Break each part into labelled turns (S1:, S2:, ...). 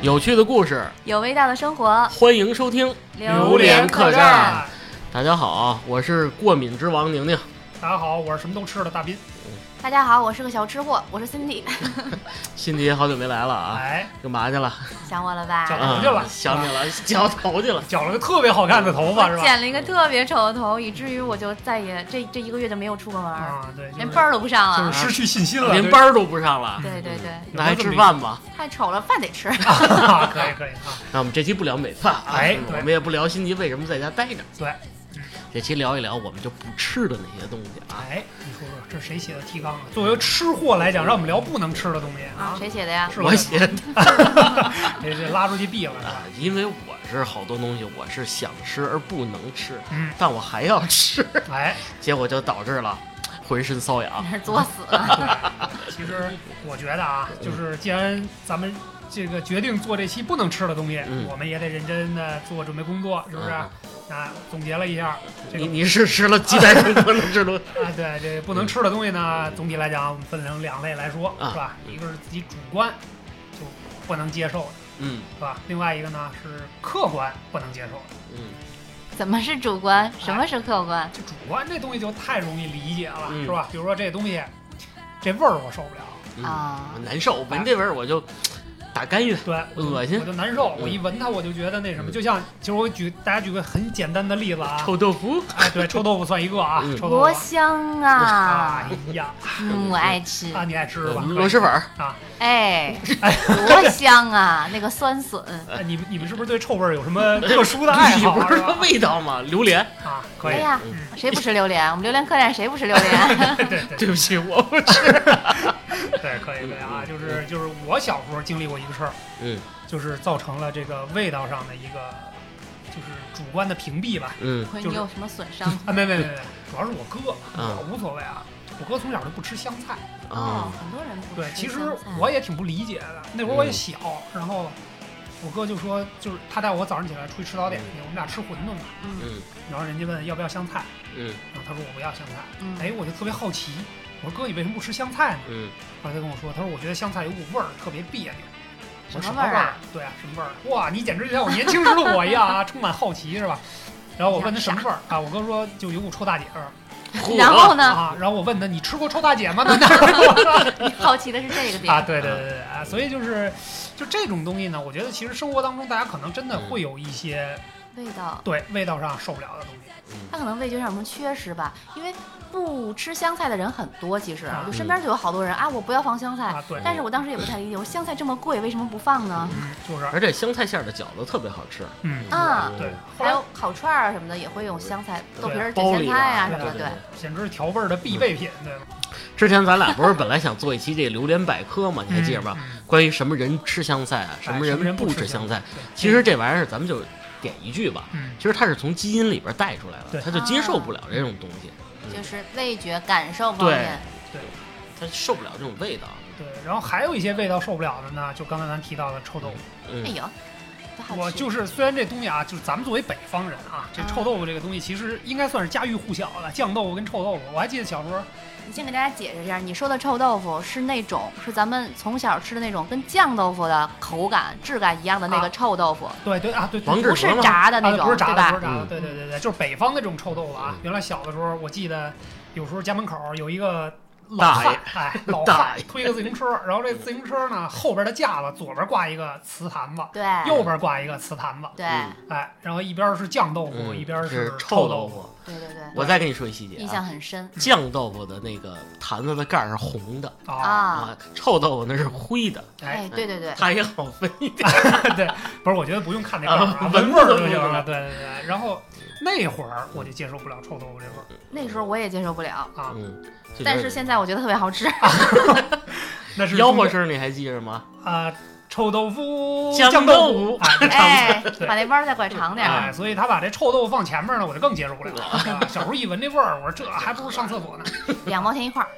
S1: 有趣的故事，
S2: 有味道的生活，
S1: 欢迎收听。
S2: 榴
S1: 榴莲
S2: 莲
S1: 客
S2: 客
S1: 栈
S2: 栈。
S1: 大家好啊，我是过敏之王宁宁。
S3: 大家好，我是什么都吃的大斌。
S2: 大家好，我是个小吃货，我是 Cindy，
S1: 辛迪好久没来了啊，
S3: 哎，
S1: 干嘛去了？
S2: 想我了
S3: 想
S2: 吧？
S3: 头去了
S1: 啊
S3: 哎
S1: 想你了，绞头去了。
S3: 绞了个特别好看的头发是
S2: 我
S3: 吧？
S2: 剪了一个特别丑的头，以至于我就再也这这一个月就没有出过门儿，
S3: 啊，对，就
S2: 连
S3: 是
S2: 班儿都不上
S3: 就
S2: 了
S3: 是。失去信心了。
S1: 啊连班儿都不上了。
S2: 对对对，
S1: 那还吃饭吧？
S2: 太丑了，饭得吃。
S3: 儿可以可以 啊，
S1: 那我们这期不聊美饭啊，
S3: 哎
S1: 嗯
S3: 对
S1: 我们也不聊辛迪为什么在家待着。
S3: 对，
S1: 这期聊一聊我们就不吃的那些东西啊。
S3: 哎，你说说这谁写的提纲啊？作为吃货来讲，让我们聊不能吃的东西
S2: 啊
S3: 啊，
S2: 谁写的呀？
S3: 是
S1: 我写的，啊
S3: 这这拉出去毙了是吧？
S1: 因为我是好多东西我是想吃而不能吃，
S3: 嗯，
S1: 但我还要吃，
S3: 哎，
S1: 结果就导致了浑身瘙痒。
S2: 是作死 了。
S3: 对，其实我觉得啊，就是既然咱们。这个决定做这期不能吃的东西，
S1: 嗯
S3: 我们也得认真的做准备工作，是不是？
S1: 嗯
S3: 啊，总结了一下，这个
S1: 你你是吃了鸡蛋跟不能吃 东西
S3: 啊，对，这不能吃的东西呢，总体来讲，我们分成两类来说，
S1: 嗯啊
S3: 是吧？一个是自己主观就不能接受的，
S1: 嗯
S3: 是吧？另外一个呢是客观不能接受的。
S1: 嗯
S2: 怎么是主观？什么是客观？
S3: 这主观这东西就太容易理解了，
S1: 嗯
S3: 是吧？比如说这东西，这味儿我受不了，
S1: 嗯
S2: 啊
S1: 我难受，闻这味儿我就打干预。
S3: 对，我就
S1: 恶心
S3: 我就难受，
S1: 嗯
S3: 我一闻它我就觉得那什么。
S1: 嗯
S3: 就像，其实我举大家举个很简单的例子啊，
S1: 臭豆腐，
S3: 哎，对，臭豆腐算一个啊
S1: 嗯，
S3: 臭豆
S2: 多
S3: 腐。
S2: 香啊
S3: 哎！呀，
S2: 嗯，我爱吃。
S3: 啊，你爱吃吧？
S1: 螺蛳粉儿，
S2: 哎， 多香啊！那个酸笋，
S3: 哎你们你们是不是对臭味儿有什么特殊 的 爱
S1: 你
S3: 好？啊
S1: 不是
S3: 是吧
S1: 说味道吗？榴莲，
S3: 啊，可以
S2: 哎。呀，
S1: 嗯
S2: 谁不吃榴莲？我们榴莲客栈谁不吃榴莲？
S3: 对对 对
S1: 对不起，我不吃。
S3: 对，可以可以
S2: 嗯
S3: 啊，就是就是我小时候经历过一个事儿，
S1: 嗯
S3: 就是造成了这个味道上的一个就是主观的屏蔽吧。
S1: 嗯
S2: 你
S3: 就是
S2: 有什么损伤？
S3: 啊，没没没没，主要是我哥，
S1: 嗯
S3: 我无所谓啊。我哥从小就不吃香菜，
S2: 哦
S1: 啊，
S2: 很多人不
S3: 对，
S2: 吃
S3: 其实
S2: 香菜嗯
S3: 我也挺不理解的。那会儿我也小，然后我哥就说，就是他带我早上起来出去吃早点去，我们俩吃馄饨嘛，
S2: 嗯
S1: 嗯
S3: 然后人家问要不要香菜，
S1: 嗯
S3: 然后他说我不要香菜，
S2: 嗯，
S3: 哎，我就特别好奇，我说哥你为什么不吃香菜呢？
S1: 嗯
S3: 后来他跟我说，他说我觉得香菜有股味儿，特别别扭。我说
S2: 什
S3: 什
S2: 么
S3: 么
S2: 味儿啊？
S3: 对啊，什么味儿？哇，你简直就像我年轻时的我一样啊， 充满好奇是吧？然后我问他什么味儿啊，我哥说就有股臭大姐味儿
S1: 嚯
S2: 然后呢？
S3: 啊。然后我问他你吃过臭大姐吗？在哪儿？
S2: 你好奇的是这个
S3: 啊，
S2: 点，
S3: 对对对对啊，所以就是就这种东西呢，我觉得其实生活当中大家可能真的
S1: 嗯
S3: 会有一些
S2: 味道，
S3: 对味道上受不了的东西。
S2: 它可能味觉上有什么缺失吧？因为不吃香菜的人很多，其实
S3: 啊
S2: 我身边就有好多人啊，我不要放香菜
S3: 啊对，
S2: 但是我当时也不太理解，我说香菜这么贵，为什么不放呢？
S3: 嗯，就是
S1: 而且香菜馅儿的饺子特别好吃，
S3: 嗯，
S2: 啊，
S3: 对，后
S2: 还
S3: 来
S2: 有烤串儿啊什么的也会用香菜，豆皮儿
S1: 包
S2: 卷
S1: 里
S2: 香
S1: 的
S2: 菜啊
S3: 对
S2: 什么的，
S1: 对对
S2: 对，
S3: 简直是调味儿的必备品，对吧？
S1: 之前咱俩不是本来想做一期这榴莲百科嘛，你还记着吧？
S3: 嗯？嗯
S1: 关于什么人吃香菜啊，什
S3: 哎
S1: 么
S3: 什么人
S1: 不
S3: 不
S1: 吃
S3: 吃
S1: 香
S3: 香
S1: 菜？
S3: 对
S1: 其实这玩意儿咱们就点一句吧，
S3: 嗯，
S1: 其实它是从基因里边带出来的，
S3: 对
S1: 它就接受不
S2: 啊
S1: 了这种东西，嗯
S2: 就是味觉感受方
S1: 对
S2: 面，
S1: 它受不了这种味道。
S3: 对，然后还有一些味道受不了的呢，就刚才咱提到的臭豆腐。
S1: 嗯
S2: 哎，呦，多好
S3: 我
S2: 吃
S3: 就是虽然这东西啊，就是咱们作为北方人啊，这臭豆腐这个东西其实应该算是家喻户晓的，酱豆腐跟臭豆腐。我还记得小时候，
S2: 你先给大家解释一下，你说的臭豆腐是那种是咱们从小吃的那种跟酱豆腐的口感、质感一样的那个
S3: 啊
S2: 臭豆腐，
S3: 对对啊，对，
S1: 王
S3: 对
S1: 致
S2: 不
S1: 和
S2: 是
S1: 吗
S2: 炸的那
S3: 啊对
S2: 种，
S3: 不是炸
S2: 对
S3: 的，不
S2: 吧
S3: 是？炸的，
S1: 嗯
S3: 对对对对，就是北方的这种臭豆腐啊
S1: 嗯。
S3: 原来小的时候，我记得有时候家门口有一个。老
S1: 大
S3: 汉
S1: 爷，
S3: 哎，老
S1: 大
S3: 汉
S1: 爷
S3: 推个自行车，然后这自行车呢后边的架子左边挂一个瓷坛子，
S2: 对，
S3: 右边挂一个瓷坛子，
S2: 对、
S1: 嗯
S3: 哎，然后一边是酱豆腐，
S1: 嗯
S3: 一边
S1: 是
S3: 臭
S1: 豆
S3: 豆腐。。
S2: 对对对，
S1: 我再跟你说一细节、
S2: 印象
S1: 啊，
S2: 很深
S3: 嗯
S1: 酱豆腐的那个坛子的盖儿是红的
S3: 啊，
S2: 啊。
S1: 啊，臭豆腐那是灰的，
S3: 哎
S2: 哎，，对对对，
S1: 它也好分一 点。
S3: 对，不是，我觉得不用看那个
S1: 啊
S3: 啊，闻味儿就
S1: 闻味
S3: 行
S1: 儿
S3: 了。对对对，然后那会儿我就接受不了臭豆腐这味儿
S2: 那个时候我也接受不了，
S3: 啊，
S1: 嗯，就
S2: 但
S1: 觉
S2: 是
S1: 得
S2: 现在我觉得特别好吃。
S3: 那是
S1: 吆喝
S3: 中
S1: 声儿你还记着吗？
S3: 间啊，臭豆腐
S1: 酱
S3: 酱
S1: 豆腐
S3: 腐啊，对差
S2: 哎，把那弯儿再拐长
S3: 不
S2: 点
S3: 多
S2: 儿。
S3: 哎，所以他把这臭豆腐放前面呢，我就更接受不了了。啊小时候一闻这味儿，我说这还不如上厕所呢。
S2: 两毛钱一块儿。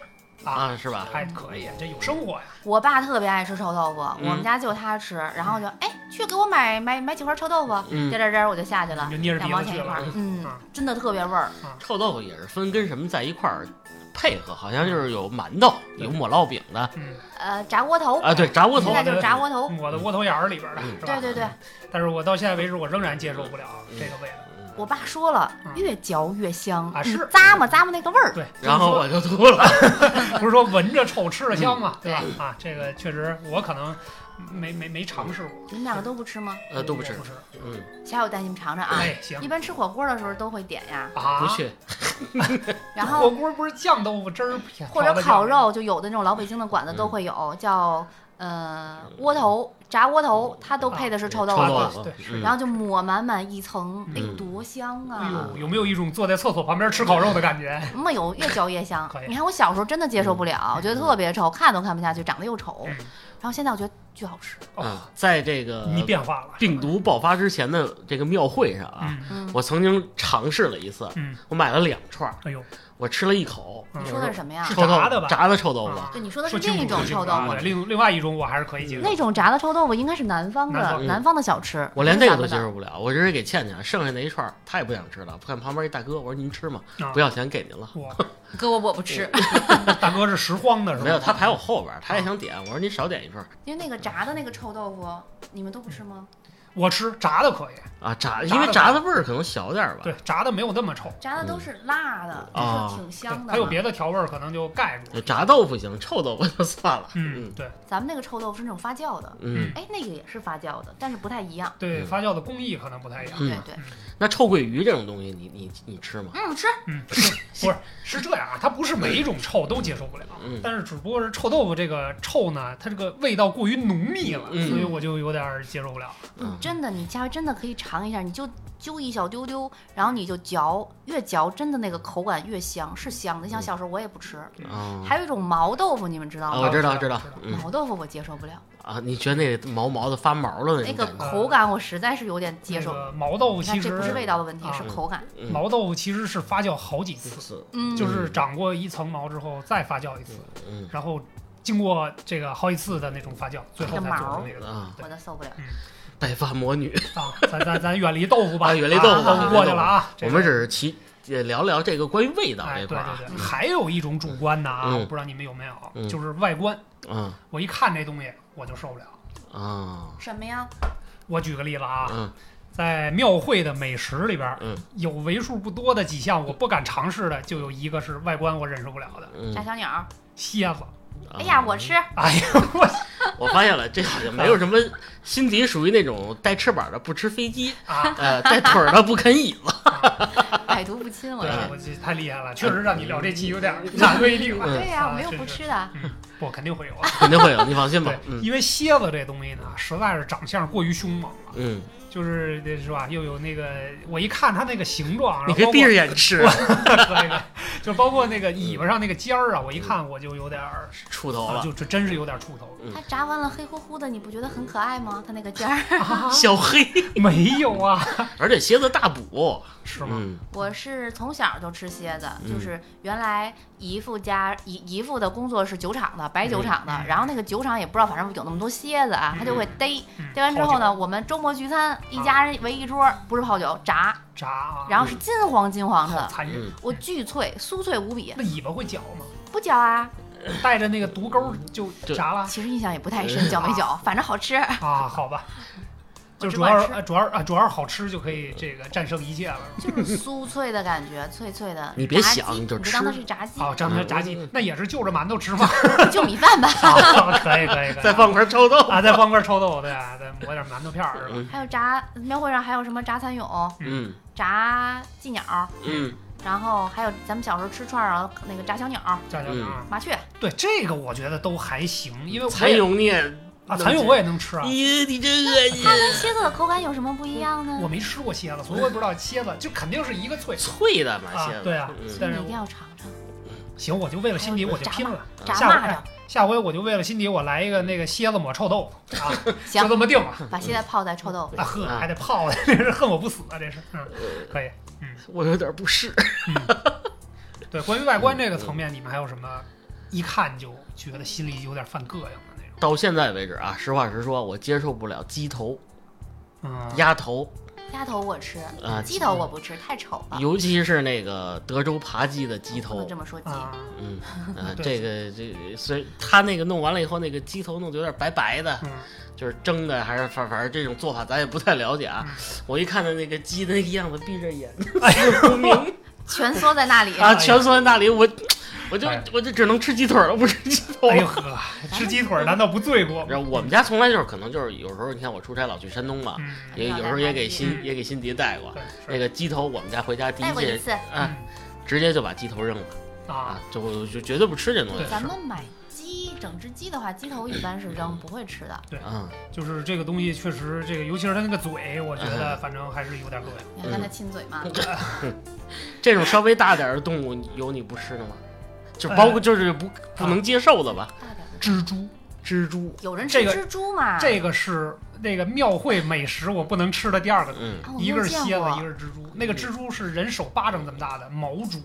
S3: 啊，
S1: 啊，是吧？
S3: 还可以，这有生活呀。
S2: 我爸特别爱吃臭豆腐，
S1: 嗯
S2: 我们家就他吃，然后就
S3: 嗯
S2: 哎去给我买买买几块臭豆腐，
S1: 嗯
S2: 颠颠颠我就下去了，
S3: 你就捏着
S2: 两
S3: 鼻
S2: 毛
S3: 子
S2: 钱
S3: 去
S2: 一块
S3: 了
S2: 儿。嗯
S3: 啊，
S2: 真的特别味儿。
S1: 臭豆腐也是分跟什么在一块儿配合，好像就是有馒头、
S3: 对
S1: 有抹烙饼的
S3: 嗯，
S2: 呃，炸窝头，
S1: 啊，对，炸窝头
S2: 现
S3: 嗯
S2: 在，就是炸窝头。
S3: 我的窝头眼儿里边的，
S1: 嗯
S3: 是吧？
S2: 对对对，
S3: 但是我到现在为止，我仍然接受不了这个味道。
S2: 我爸说了，
S3: 嗯
S2: 越嚼越香，
S3: 啊
S2: 你
S3: 是
S2: 咂摸咂摸那个味儿。
S3: 对，
S1: 然后我就吐了。
S3: 不是说闻着臭吃了香嘛，
S2: 嗯
S3: 对吧？啊，这个确实我可能没没没尝试过，
S2: 你们两个都不吃吗？
S1: 呃，都不
S3: 我
S1: 吃
S3: 不，吃。
S1: 嗯，
S2: 下回带你们尝尝啊。
S3: 哎，行
S2: 一般吃火锅的时候都会点呀，
S3: 啊，
S1: 不去，
S2: 然
S3: 火
S2: 后
S3: 锅不是酱豆腐汁儿
S2: 或者
S3: 的
S2: 烤
S3: 酱吗，
S2: 肉，就有的那种老北京的馆子都
S3: 嗯
S2: 会有，叫呃窝头炸窝头，它都配的是臭豆
S1: 臭
S2: 腐啊
S1: 豆，腐
S3: 对，
S1: 嗯
S2: 然后就抹满满一层，那个
S1: 嗯
S2: 多香
S3: 哎
S2: 啊！
S3: 呦，有没有一种坐在厕所旁边吃烤肉的感觉？
S2: 没有越嚼越香
S3: 可以。
S2: 你看我小时候真的接受不了，我觉得特别臭，看都看不下去，长得又丑。
S3: 嗯
S2: 然后现在我觉得巨好吃，
S3: 哦，
S1: 啊，在这个
S3: 你变化了，
S1: 病毒爆发之前的这个庙会上啊，
S3: 嗯
S2: 嗯，
S1: 我曾经尝试了一次，
S3: 嗯，
S1: 我买了两串儿，
S3: 哎呦，
S1: 我吃了一口，
S3: 嗯
S2: 你说的是什么呀？
S1: 臭豆
S3: 炸的吧
S1: 炸的臭豆腐，
S3: 啊
S2: 对，你说的是
S3: 说清
S2: 另一
S3: 楚
S2: 种
S3: 说清
S2: 臭
S3: 楚
S2: 豆
S3: 啊
S2: 腐
S3: 对，另另外一种我还是可以接受
S2: 那种炸的臭豆腐应该是南方
S3: 南
S2: 的
S3: 方
S1: 嗯
S2: 南方的小吃，
S1: 我连这个都
S2: 是
S1: 接
S2: 咱们的
S1: 受不了，我直接给倩倩，剩下那一串儿她也不想吃了。看旁边一大哥，我说您吃吗？
S3: 啊
S1: 不。要钱给您了。
S3: 哇，
S2: 哥我我不吃，
S3: 大哥是拾荒的是吧？
S1: 没有，他排我后边儿，他也想点，我说您少点一份儿
S2: 因为那个炸的那个臭豆腐，你们都不吃吗？
S3: 我吃炸的可以，
S1: 啊，炸，
S3: 炸的
S1: 因为炸的味儿可能小点儿吧
S3: 对。，炸的没有那么臭，
S2: 炸的都是辣的，就
S1: 嗯
S2: 是挺
S3: 对
S2: 香的
S3: 它。有别的调味儿可能就盖住了。
S1: 炸豆腐行，臭豆腐就算了。
S3: 嗯，
S1: 嗯
S3: 对
S2: 咱们那个臭豆腐是那种发酵的，
S1: 嗯，
S2: 哎，那个也是发酵的，但是不太一样。
S3: 对，
S1: 嗯
S3: 发酵的工艺可能不太一样。
S1: 嗯
S2: 对对，
S1: 那臭鳜鱼这种东西，你你你吃吗？
S2: 嗯，吃
S3: 嗯，不是是这样啊，它不是每一种臭都接受不了，
S1: 嗯
S3: 但是只不过是臭豆腐这个臭呢，它这个味道过于浓密了，
S1: 嗯
S3: 所以我就有点儿接受不了。
S1: 嗯
S2: 真的，你下回真的可以尝一下，你就揪一小丢丢，然后你就嚼，越嚼真的那个口感越香，是香的。像小时候我也不吃，
S1: 啊
S2: 还有一种毛豆腐，你们知道
S1: 啊，
S2: 吗？
S1: 我知道
S3: 知
S1: 知
S3: 道
S1: 道
S3: 嗯知道，
S1: 嗯
S2: 毛豆腐我接受不了，
S1: 啊，你觉得那毛毛的发毛的
S2: 那
S1: 种
S2: 个
S1: 感觉？
S2: 口感我实在是有点接受不
S3: 那
S2: 了。
S3: 个毛豆
S2: 你
S3: 腐其
S2: 看，
S3: 实
S2: 这不是味道的问题，
S3: 啊
S2: 是口感。
S1: 嗯
S3: 毛豆腐其实是发酵好几次，
S1: 是
S2: 嗯，
S3: 就是长过一层毛之后再发酵一次，
S1: 嗯
S3: 然后经过这个好几次的那种发酵，最后才
S2: 这
S3: 做
S2: 个毛
S3: 成那个
S1: 啊，
S2: 我都受不了。
S1: 白发魔女，
S3: 啊。咱咱咱远离豆腐吧，
S1: 啊远离豆
S2: 腐
S3: 豆腐过去了啊。这
S1: 我
S3: 个
S1: 们只是其也聊聊这个关于味道
S3: 哎，
S1: 这
S3: 对
S1: 块儿
S3: 对
S1: 啊，
S3: 对，
S2: 嗯
S3: 还有一种主观的啊，
S1: 嗯
S3: 我不知道你们有没有，
S1: 嗯
S3: 就是外观，
S1: 嗯
S3: 我一看这东西我就受不了。
S1: 啊
S2: 什么呀？
S3: 我举个例子啊，
S1: 嗯
S3: 在庙会的美食里边，
S1: 嗯
S3: 有为数不多的几项我不敢尝试的，就有一个是外观我忍受不了的
S1: 嗯啊
S2: 炸，小鸟？
S3: 蝎子。
S2: 哎呀，我吃。
S3: 哎呀，我
S1: 我发现了，这好像没有什么辛迪属于那种带翅膀的不吃飞机，
S3: 啊，
S1: 呃，带腿儿的不啃椅子。
S2: 百毒不侵， 我
S3: 对
S2: 是。
S1: 嗯
S3: 我这太厉害了，确实让你聊这期有 点儿难为你了。
S1: 嗯
S2: 对呀、
S3: 啊
S2: 我又
S3: 是
S2: 不
S3: 是
S2: 吃的。
S3: 嗯，我肯定会有啊。
S1: 肯定会有，你放心吧
S3: 对。，
S1: 嗯
S3: 因为蝎子这东西呢，实在是长相过于凶猛了，
S1: 嗯，
S3: 就是是吧？又有那个，我一看它那个形状，
S1: 你可以闭着眼吃
S3: 那个， 就包括那个尾巴上那个尖儿啊，我一看我就有点儿，
S1: 出头嗯
S3: 啊
S1: 了，
S3: 就这真是有点出头。
S1: 嗯
S2: 它炸完了黑乎乎的，你不觉得很可爱吗？它那个 尖儿。
S3: 啊
S1: 小黑，
S3: 没有啊，
S1: 而且鞋子大补，
S3: 是吗？
S1: 嗯
S2: 我是从小就吃蝎子，
S1: 嗯
S2: 就是原来姨父家姨姨父的工作是酒厂的，白酒厂的，
S3: 嗯
S2: 然后那个酒厂也不知道，反正有那么多蝎子啊，他就会逮。
S3: 嗯
S2: 逮完之后
S3: 泡
S2: 呢，我们周末聚餐，一家人围一桌，不是泡酒，炸，
S3: 酒，炸啊，
S2: 然后是金黄金黄的，
S3: 残忍。
S1: 嗯，
S2: 我巨脆，酥脆无比，
S3: 那尾巴会绞吗？
S2: 不嚼啊。
S3: 带着那个毒钩就炸了
S2: 其实印象也不太深，嚼没嚼，反正好吃。
S3: 啊？好吧，
S2: 哎我
S3: 就
S2: 只
S3: 主要
S2: 管
S3: 是
S2: 吃
S3: 啊，主要是啊，主要是好吃就可以这个战胜一切了。
S2: 就是酥脆的感觉，脆脆的。
S1: 你别
S2: 炸
S1: 想
S2: 鸡
S1: 你
S2: 你
S1: 就
S2: 就当它
S1: 吃
S2: 是炸鸡，
S3: 啊，炸
S1: 嗯
S3: 炸鸡，那也是就着馒头吃 吗？
S2: 就米饭吧。
S3: 啊可以可以，可以
S1: 再放块臭豆腐，
S3: 啊，再放块臭豆腐，对啊，再抹点馒头片儿是吧？
S1: 嗯
S2: 还有炸庙会上还有什么炸蚕蛹、
S1: 嗯
S2: 炸鸡鸟，
S1: 嗯
S2: 然后还有咱们小时候吃串儿啊，那个炸小鸟、
S1: 嗯
S3: 炸小肠。
S2: 麻雀，
S3: 啊对这个我觉得都还行，因为我
S1: 嗯蚕
S3: 也
S1: 蛹你也
S3: 啊，蚕蛹我也能吃啊，
S1: 咦，哎你真恶心，
S2: 它跟蝎子的口感有什么不一样呢？
S3: 我没吃过蝎子，所以我也不知道蝎子就肯定是一个脆
S1: 脆的嘛，
S3: 啊
S1: 蝎，子，
S3: 对啊
S1: 嗯，
S2: 所以
S3: 但
S2: 你
S3: 是
S2: 一定
S3: 我
S2: 要尝尝
S3: 行，我就为了辛迪我就拼了，
S2: 哦炸
S3: 下
S2: 蚂
S3: 回
S2: 蚱
S3: 哎，下回我就为了辛迪我来一个那个蝎子抹臭豆腐啊，
S2: 行
S3: 就这么定了
S2: 把蝎子泡在臭豆腐
S3: 啊，呵，
S1: 啊呃
S3: 还得泡 呢，这是恨我不死啊，这是，嗯，可以。
S1: 我有点不适，
S3: 对，关于外观这
S1: 嗯
S3: 个层面，你们还有什么一看就觉得心里有点犯膈应的那种？
S1: 到现在为止啊，实话实说，我接受不了鸡头、
S3: 嗯，
S1: 鸭头、
S2: 鸭头我吃，
S1: 啊，
S2: 鸡头我不吃，太丑了。
S1: 尤其是那个德州扒鸡的鸡
S2: 不能
S1: 头
S2: 这，么说鸡，
S3: 啊，
S1: 嗯，啊，
S3: 对
S1: 这个这个，所以他那个弄完了以后，那个鸡头弄得有点白白的，
S3: 嗯，
S1: 就是蒸的，还是反反正这种做法咱也不太了解啊。
S3: 嗯
S1: 我一看到那个鸡的那个样子，闭着眼，哎不明
S2: 蜷缩在那里。
S1: 啊，
S3: 哎呀
S1: 蜷缩在那里，我我就
S3: 哎呀
S1: 我就只能吃鸡腿了，不吃鸡头
S3: 哎呦
S1: 了。
S3: 呵，吃鸡腿儿难道不罪过吗？
S1: 然后我们家从来就是可能就是有时候你看我出差老去山东嘛，
S3: 嗯，
S1: 也有时候也给辛也给辛迪带过
S3: 对，
S1: 那
S3: 是
S1: 个鸡头，我们家回家第
S2: 带
S1: 一
S2: 过一
S1: 件
S2: 次，
S1: 啊，直接就把鸡头扔了啊
S3: 嗯啊，，
S1: 就我就绝对不吃这东西
S3: 对
S2: 咱们买鸡整只鸡的话，鸡头一般是扔，不会吃的。
S1: 啊。
S3: 就是这个东西确实，这个尤其是它那个嘴，我觉
S1: 嗯
S3: 得反正还是有点膈应。
S2: 你看它亲嘴
S3: 嗯
S2: 嘛，
S1: 这种稍微大点儿的动物有你不吃的吗？就包括就是不不能接受的吧，
S2: 大点的。
S3: 蜘蛛，
S1: 蜘蛛，
S2: 有人吃
S3: 这个
S2: 蜘蛛嘛？
S3: 这个是那个庙会美食我不能吃的第二个东
S1: 嗯
S3: 西，
S2: 啊我没
S3: 一
S2: 有
S3: 个是
S2: 见
S3: 蝎子，一
S2: 过嗯
S3: 个。是蜘蛛。那个蜘蛛是人手巴掌这么大的毛蛛，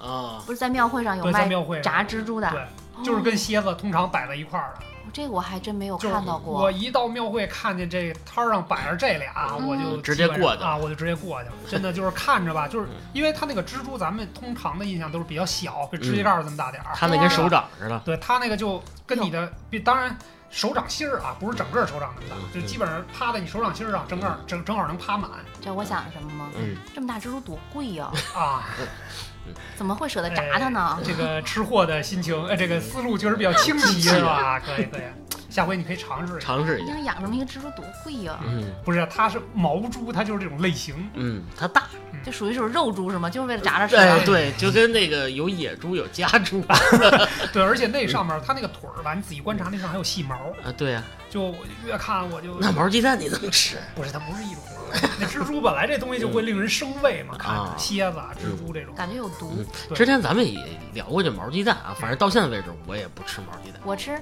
S1: 啊，
S2: 不是在庙会上有
S3: 对，在
S2: 卖
S3: 庙会
S2: 炸蜘蛛的，
S3: 对，就是跟蝎子通常摆在一块儿的。
S2: 哦这个我还真没有
S3: 就是
S2: 看到
S3: 我
S2: 过。
S3: 一到庙会看见这摊儿上摆着这俩，
S2: 嗯
S3: 我就
S1: 直接过去了嗯
S3: 啊，我就直接过去了。真的就是看着吧，就是因为它那个蜘蛛，咱们通常的印象都是比较小，跟指甲盖儿这么大点儿。
S1: 它那跟手掌似的，
S3: 对它那个就跟你的，比当然手掌心儿啊，不是整个手掌那么
S1: 嗯
S3: 大，就基本上趴在你手掌心儿上，正个儿正正好能趴满
S2: 你知道我想什么吗？
S1: 嗯，
S2: 这么大蜘蛛多贵呀，
S3: 啊。
S2: 怎么会舍得炸它呢？
S3: 这个吃货的心情，呃，这个思路确实比较清晰，是吧？可以可以，下回你可以尝试一下。
S1: 尝试一
S2: 你
S1: 下，
S2: 说养这么一个蜘蛛多贵呀？
S1: 嗯
S3: 不是，它是毛猪，它就是这种类型。
S1: 嗯，它大，
S2: 就属于是肉猪是吗？就是为了炸着吃啊的。
S1: 哎对，就跟那个有野猪有家猪啊，
S3: 对，而且那上面它那个腿儿吧，你仔细观察，那上还有细毛。
S1: 啊对呀，
S3: 就我越看我就
S1: 那毛鸡蛋你能吃？啊
S3: 不是，它不是一种。那蜘蛛本来这东西就会令人生畏嘛，看
S1: 啊
S3: 着蝎子、啊、蜘蛛这种。
S2: 感觉有毒
S1: 嗯。
S3: 对
S1: 之前咱们也聊过这毛鸡蛋啊，反正到现在为止我也不吃毛鸡蛋，
S2: 我吃，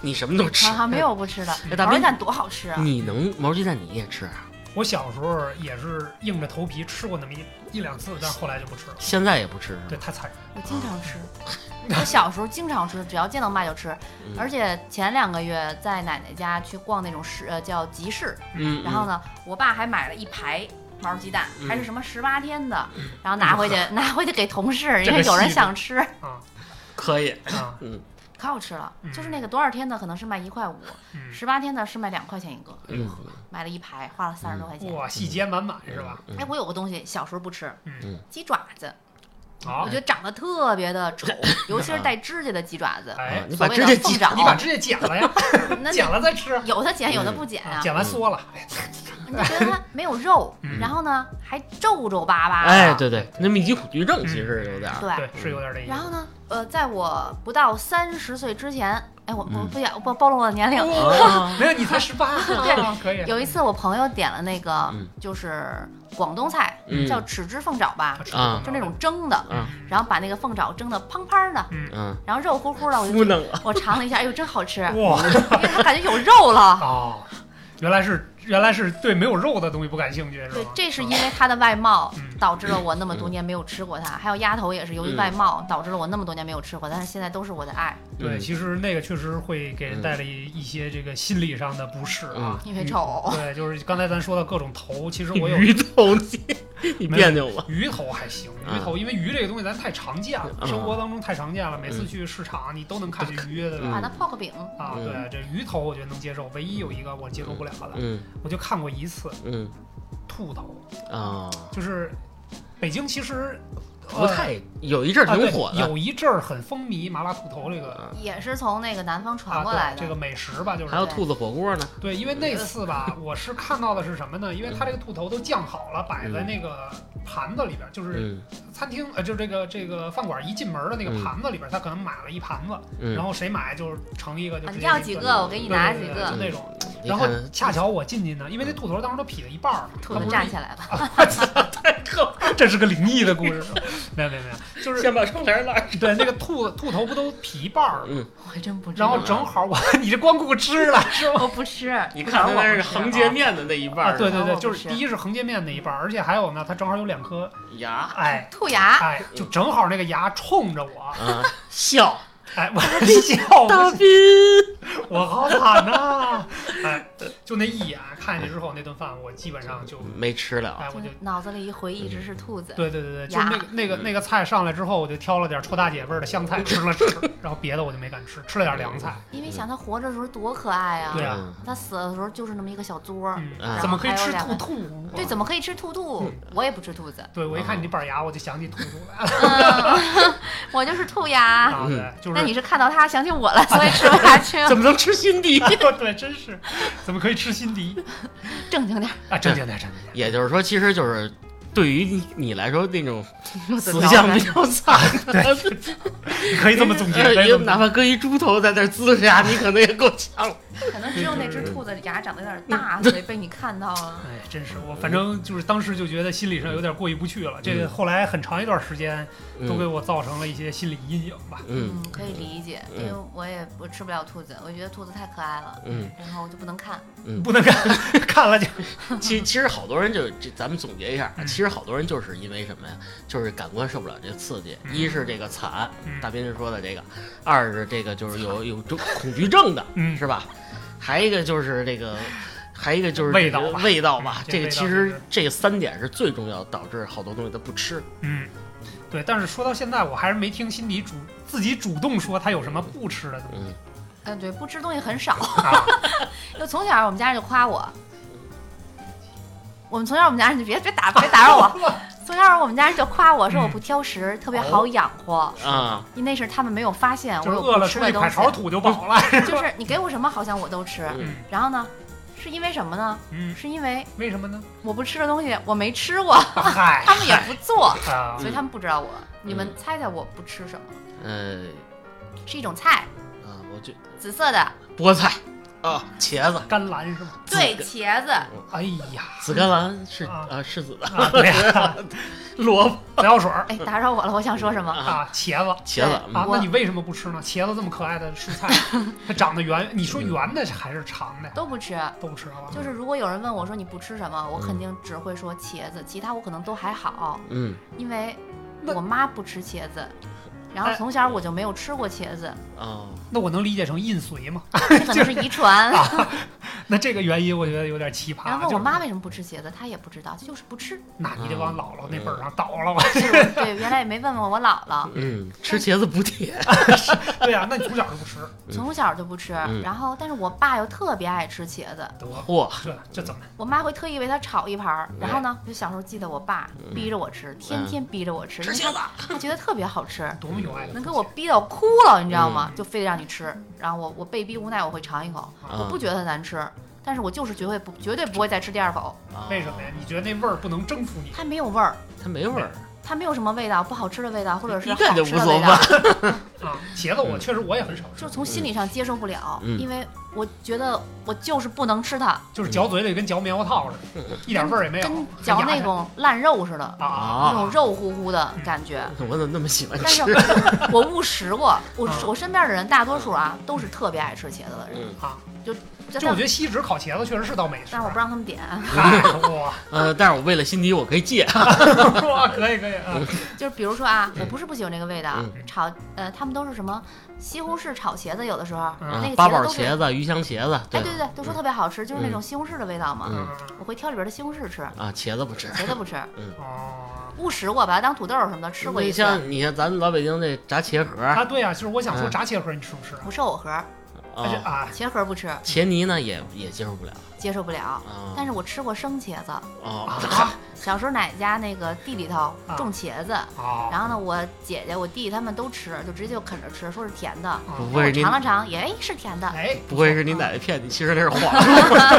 S1: 你什么都吃
S2: 好，像
S3: 嗯
S2: 没有不吃的。
S1: 哎大
S2: 毛鸡
S1: 斌，
S2: 蛋多好吃啊！
S1: 你能毛鸡蛋你也吃啊？
S3: 我小时候也是硬着头皮吃过那么一一两次，但是后来就不吃了。
S1: 现在也不吃是
S3: 对，
S1: 吧？
S3: 太残忍。
S2: 我经常 吃，我小时候经常吃，只要见到卖就吃。
S1: 嗯
S2: 而且前两个月在奶奶家去逛那种市，呃，叫集市，
S1: 嗯，
S2: 然后呢，我爸还买了一排。毛鸡蛋
S1: 嗯
S2: 还是什么十八天的，然后拿回去 拿回去给同事，
S3: 嗯
S2: 因
S3: 这个
S2: 为有人
S3: 细致
S2: 想吃，
S3: 啊
S1: 嗯可以，
S3: 啊，
S2: 可好吃了。
S3: 嗯
S2: 就是那个多少天的可能是卖一块五，
S3: 嗯，
S2: 十八天的是卖两块钱一个，
S1: 嗯
S2: 买了一排花了三十多块钱。
S3: 嗯哇，细节满满是吧？
S1: 嗯
S2: 哎，我有个东西小时候不吃
S3: 嗯，
S2: 鸡爪子，
S1: 嗯
S3: 好
S2: 我觉，得长得特别的 丑，尤其是带指甲的鸡爪子。
S3: 哎
S1: 啊，，你
S2: 所
S1: 把
S2: 谓
S1: 指
S2: 的
S1: 甲
S2: 凤
S1: 挤
S2: 爪，
S3: 你把指甲剪了呀，
S2: 那你
S3: 剪了再吃，啊
S2: 有的剪，有的不剪啊。
S3: 剪
S1: 嗯
S3: 完缩了。哎
S2: 你就觉得它没有肉，
S3: 嗯
S2: 然后呢还皱皱巴巴的。
S1: 哎，对对，那密集恐惧症其实有点儿，
S2: 啊对。
S3: 对，是有点这意思。
S2: 然后呢，呃，在我不到三十岁之前，哎，我我
S1: 嗯
S2: 不想暴暴露我的年龄。
S1: 啊，
S3: 哦没有，你才十八，啊可以。
S2: 有一次我朋友点了那个
S1: 嗯
S2: 就是广东菜
S1: 嗯，
S2: 叫豉汁凤爪吧，
S1: 啊
S2: 就那种蒸的，
S1: 嗯
S2: 然后把那个凤爪蒸的胖胖的，
S1: 嗯，
S2: 然后肉乎乎的，我就
S1: 不能啊，
S2: 我尝了一下，哎呦，真好吃，因
S3: 哇
S2: 为它 感觉有肉了。
S3: 哦，原来是原来是对没有肉的东西不感兴趣是嗯
S2: 对
S3: 吗？，
S2: 这是因为它的外貌
S3: 嗯
S2: 导致了我那么多年没有吃过它，还有鸭头也是由于外貌导致了我那么多年没有吃过，但是现在都是我的爱，
S3: 对，
S1: 嗯
S3: 其实那个确实会给人带来一些这个心理上的不适
S1: 嗯
S3: 啊，
S2: 因为。丑。
S3: 对，就是刚才咱说的各种头，其实我有
S1: 鱼头 你你别扭吧？
S3: 鱼头还行，
S1: 嗯
S3: 鱼头，因为鱼这个东西咱太常见了，
S1: 嗯
S3: 生活当中太常见了，每次去市场你都能看见鱼，对
S2: 把
S3: 吧？
S2: 它泡个饼，
S3: 啊，
S1: 嗯
S3: 对，这鱼头我觉得能接受，唯一有一个我接受不了的，
S1: 嗯
S3: 我就看过一次
S1: 嗯
S3: 兔头，
S1: 啊，
S3: 就是北京其实
S1: 不
S3: 呃
S1: 太有一阵儿
S3: 啊对
S1: 挺火的，
S3: 有一阵儿很风靡麻辣兔头这个
S2: 也是从那个南方传
S3: 啊，
S2: 过来
S3: 对
S2: 的。
S3: 这个美食吧，就是
S1: 还有兔子火锅呢，
S3: 对，因为那次吧，我是看到的是什么呢？因为它这个兔头都酱好了，摆在那个盘子里边，就是
S1: 嗯
S3: 餐厅呃，就这个这个饭馆一进门的那个
S1: 嗯
S3: 盘子里边，他可能买了一盘子，然
S1: 嗯，
S3: 后谁买就是盛一个，就
S2: 啊
S3: 直
S2: 你
S3: 接
S2: 要
S3: 一
S2: 几
S3: 个
S2: 个，我给你拿几
S3: 对对
S2: 个
S3: 对，那种。
S1: 你
S3: 然后
S1: 看
S3: 恰巧我进去呢，因为那兔头当时都劈了一半儿了，
S2: 兔子站起来吧，
S3: 来， 这是个灵异的故事， 没有没有没有，就是
S1: 先把窗帘拉上，
S3: 对那个兔兔头不都劈一半儿了吗，
S1: 嗯，
S2: 我还真不知
S3: 然
S2: 道
S3: 后，正好我 你这光顾吃了是吧？
S2: 我不吃。
S1: 你看它那是横截面的那一半
S3: 啊，
S1: 儿
S3: 对对
S2: 啊
S3: 对，
S2: 我
S3: 就
S2: 不
S3: 是
S2: 是
S3: 第一是横截面那一半儿，而且还有呢，它正好有两颗，
S1: 牙
S3: 哎
S2: 兔牙，
S3: 哎，就正好那个牙冲着我，
S1: 啊， 笑
S3: 哎， 我笑，
S1: 大
S3: 我
S1: 斌，
S3: 我好惨呐、哎，就那一眼看见之后那顿饭我基本上就，
S1: 没吃了。
S3: 哎， 我就。
S2: 脑子里一回一直是兔子，
S3: 对对对对，就
S2: 呀
S3: 那个那个那个菜上来之后，我就挑了点臭大姐味儿的香菜吃了吃，然后别的我就没敢吃，吃了点凉菜。
S2: 因为想它活着的时候多可爱啊，
S3: 对啊
S1: 嗯
S2: 它死了的时候就是那么一个小桌儿，
S3: 嗯
S1: 啊，
S3: 怎么可以吃
S2: 然后还
S3: 兔
S2: 有嗯
S3: 兔？
S2: 对，怎么可以吃兔兔？
S3: 嗯
S2: 我也不吃兔 子，
S3: 对，我一看你那板牙，我就想起兔兔来了。
S2: 嗯 我就是兔呀。
S3: 啊，
S1: 嗯？
S3: 对，就
S2: 那
S3: 是
S2: 你是看到它想起我了，所以吃不下去
S1: 怎么能吃心底？
S3: 对，真是怎么可以吃心敌
S2: 正经点儿，
S3: 啊？正经点，正 经点。
S1: 也就是说，其实就是对于你你来说，那种
S2: 兔子
S1: 死
S2: 挠
S1: 相
S2: 着
S1: 比较惨 的，
S3: 你可以这么总结，
S1: 呃
S3: 可以
S1: 也
S3: 这么
S1: 哪怕搁一猪头在那儿呲着呀，你可能也够呛。
S2: 可能只有那只兔子牙长得有点
S3: 嗯
S2: 大，所以被你看到了。
S3: 哎，真是我，反正就是当时就觉得心理上有点过意不去了。这个后来很长一段时间都给
S1: 嗯
S3: 我造成了一些心理阴影吧。
S1: 嗯
S2: 嗯，可以理解，因为
S3: 嗯
S2: 我也我吃不了兔子，我觉得兔子太可爱了，
S1: 嗯，
S2: 然后我就不能看。
S3: 不能看， 看了就
S1: 其其实好多人就这，咱们总结一下，啊
S3: 嗯
S1: 其实好多人就是因为什么呀？就是感官受不了这刺激，
S3: 嗯
S1: 一是这个惨，
S3: 嗯
S1: 大斌说的这个；二是这个就是有有这恐惧症的，
S3: 嗯
S1: 是吧？还一个就是这个，还一个就是
S3: 味道
S1: 这个
S3: 吧
S1: 味道吧
S3: 嗯。
S1: 这个
S3: 这
S1: 其
S3: 味道
S1: 实
S3: 是
S1: 这三点是最重要，导致好多东西他不吃。
S3: 嗯，对。但是说到现在，我还是没听辛迪主自己主动说他有什么不吃的东西
S1: 嗯，
S2: 嗯，对，不吃东西很少。
S3: 啊。
S2: 就从小我们家人就夸我，我们从小我们家人就别别打别打扰我， 从小我们家人就夸我
S3: 嗯
S2: 说我不挑食，特别好养活。
S1: 啊，
S2: 那是他们没有发现我
S3: 哦就是
S2: 有
S3: 饿
S2: 不
S3: 了
S2: 吃
S3: 出
S2: 的
S3: 去
S2: 东
S3: 快炒
S2: 西，
S3: 土就饱了。
S2: 就是你给我什么好像我都吃。
S1: 嗯
S3: 嗯
S2: 然后呢，是因为什么呢？
S3: 嗯，
S2: 是因为
S3: 为什么呢？
S2: 我不吃的东西我没吃过，
S3: 嗨
S2: 他们也不做，
S3: 啊，
S2: 所以他们不知道我。你们猜猜我不吃什么？
S1: 呃
S2: 是一种菜，
S1: 啊，我就
S2: 紫色的，
S1: 菠菜啊，茄子，
S3: 甘蓝是吗？
S2: 对，茄子。
S3: 哎呀，
S1: 紫甘蓝是
S3: 啊
S1: 啊是紫的，
S3: 啊对呀，
S1: 萝卜
S3: 白药水儿
S2: 哎，打扰我了，我想说什么？
S1: 啊，
S3: 啊，茄子。
S1: 茄子
S2: 对
S1: 嗯
S3: 啊，
S2: 我
S3: 那你为什么不吃呢？茄子这么可爱的蔬菜，它长得圆，你说圆的还是长的呀？
S2: 都不吃。
S3: 都不吃好吧？
S2: 就是如果有人问我说你不吃什么，
S3: 嗯
S2: 我肯定只会说茄子，其他我可能都还好，
S1: 嗯。
S2: 因为
S3: 那哎
S2: 我妈不吃茄子，然后从小我就没有吃过茄 子，
S1: 哦，
S3: 那我能理解成印随吗？
S2: 这可能是遗传。
S3: 那这个原因我觉得有点奇葩。
S2: 然后问我妈
S3: 啊就是，
S2: 为什么不吃茄子，她也不知道，就是不吃。
S3: 那你得往姥姥那本儿上倒了吧？
S2: 对，原来也没问问我姥姥，
S1: 嗯，吃茄子补铁，
S3: 对呀、那你从小就不吃，
S1: 嗯
S2: 从小就不吃。
S1: 嗯
S2: 然后，但是我爸又特别爱吃茄子，
S3: 得
S1: 嚯，
S3: 这这怎么？
S2: 我妈会特意为他炒一盘儿。
S1: 对嗯
S2: 然后呢，就小时候记得我爸逼着我吃，天天逼着我吃，因
S1: 吃
S2: 为
S1: 茄
S2: 他
S1: 子，
S2: 他觉得特别好 吃。
S3: 多么有爱的父
S2: 能
S3: 亲，
S2: 给我逼到哭了，你知道
S1: 嗯
S2: 吗？就非得让你吃，然后我我被逼无奈，我会尝一口，
S1: 啊
S2: 我不觉得它难吃，但是我就是绝对不绝对不会再吃第二口，
S3: 为什么呀？？你觉得那味儿不能征服你？
S2: 它没有味儿，
S1: 啊它没味儿，
S2: 它没有什么味道，不好吃的味道，或者是
S1: 一
S2: 好
S1: 看就
S2: 吃
S1: 无
S2: 的
S1: 所
S2: 味
S1: 谓
S2: 道，。
S3: 啊，茄子我确实我也很少吃
S2: 就，从心理上接受不了，
S1: 嗯
S2: 因为我觉得我就是不能吃它，
S3: 就是嚼嘴里跟嚼棉花糖似
S1: 嗯
S3: 的，一点味儿也没有，
S2: 跟嚼那种烂肉似的，
S3: 啊，
S2: 那
S1: 啊
S2: 种肉乎乎的感觉。
S1: 我怎么那么喜欢
S2: 但
S1: 吃
S2: 是？我误食过，我
S3: 啊
S2: 我身边的人大多数啊都是特别爱吃茄子的人，
S1: 嗯
S2: 真
S3: 就我
S2: 的
S3: 觉得锡纸烤茄子确实是道美食
S2: 但是我不
S3: 啊。
S2: 让他们点，
S3: 嗨， 哇
S1: 呃，但是我为了心底，我可以戒。
S3: 哇，可以可以啊，
S2: 就是比如说啊，我不是不喜欢这个味道，
S1: 嗯
S2: 炒呃，他们都是什么西红柿炒茄子，有的时候、
S3: 嗯
S2: 那个
S1: 啊八
S2: 茄
S1: 宝
S2: 子都是，
S1: 茄子、鱼香茄子，
S2: 哎，对对对，都说特别好吃，就是那
S1: 嗯
S2: 种西红柿的味道嘛。
S1: 嗯
S3: 嗯
S2: 我会挑里边的西红柿吃，
S1: 啊，茄子不吃。
S2: 茄子不吃，
S3: 哦。
S2: 误食过，把它当土豆什么的吃过一
S1: 你
S2: 次，
S1: 像你像咱老北京那炸茄盒
S3: 啊，对呀、就是我想说
S1: 嗯
S3: 炸茄盒，你吃不吃啊？
S2: 不瘦藕盒，
S3: 而且
S1: 啊，
S3: 啊，
S2: 茄盒不吃，
S1: 茄泥呢也也接受不了
S2: 接受不了。
S1: 啊。
S2: 但是我吃过生茄子，
S1: 哦，
S2: 小时候奶奶家那个地里头
S3: 啊
S2: 种茄子，
S3: 啊
S2: 然后呢，我姐姐、我弟他们都吃，就直接就啃着吃，说是甜的，
S1: 不
S2: 我
S1: 会是你
S2: 尝了尝，也哎是甜的，
S3: 哦哎，
S1: 不会是你奶奶骗你，其实那是黄瓜，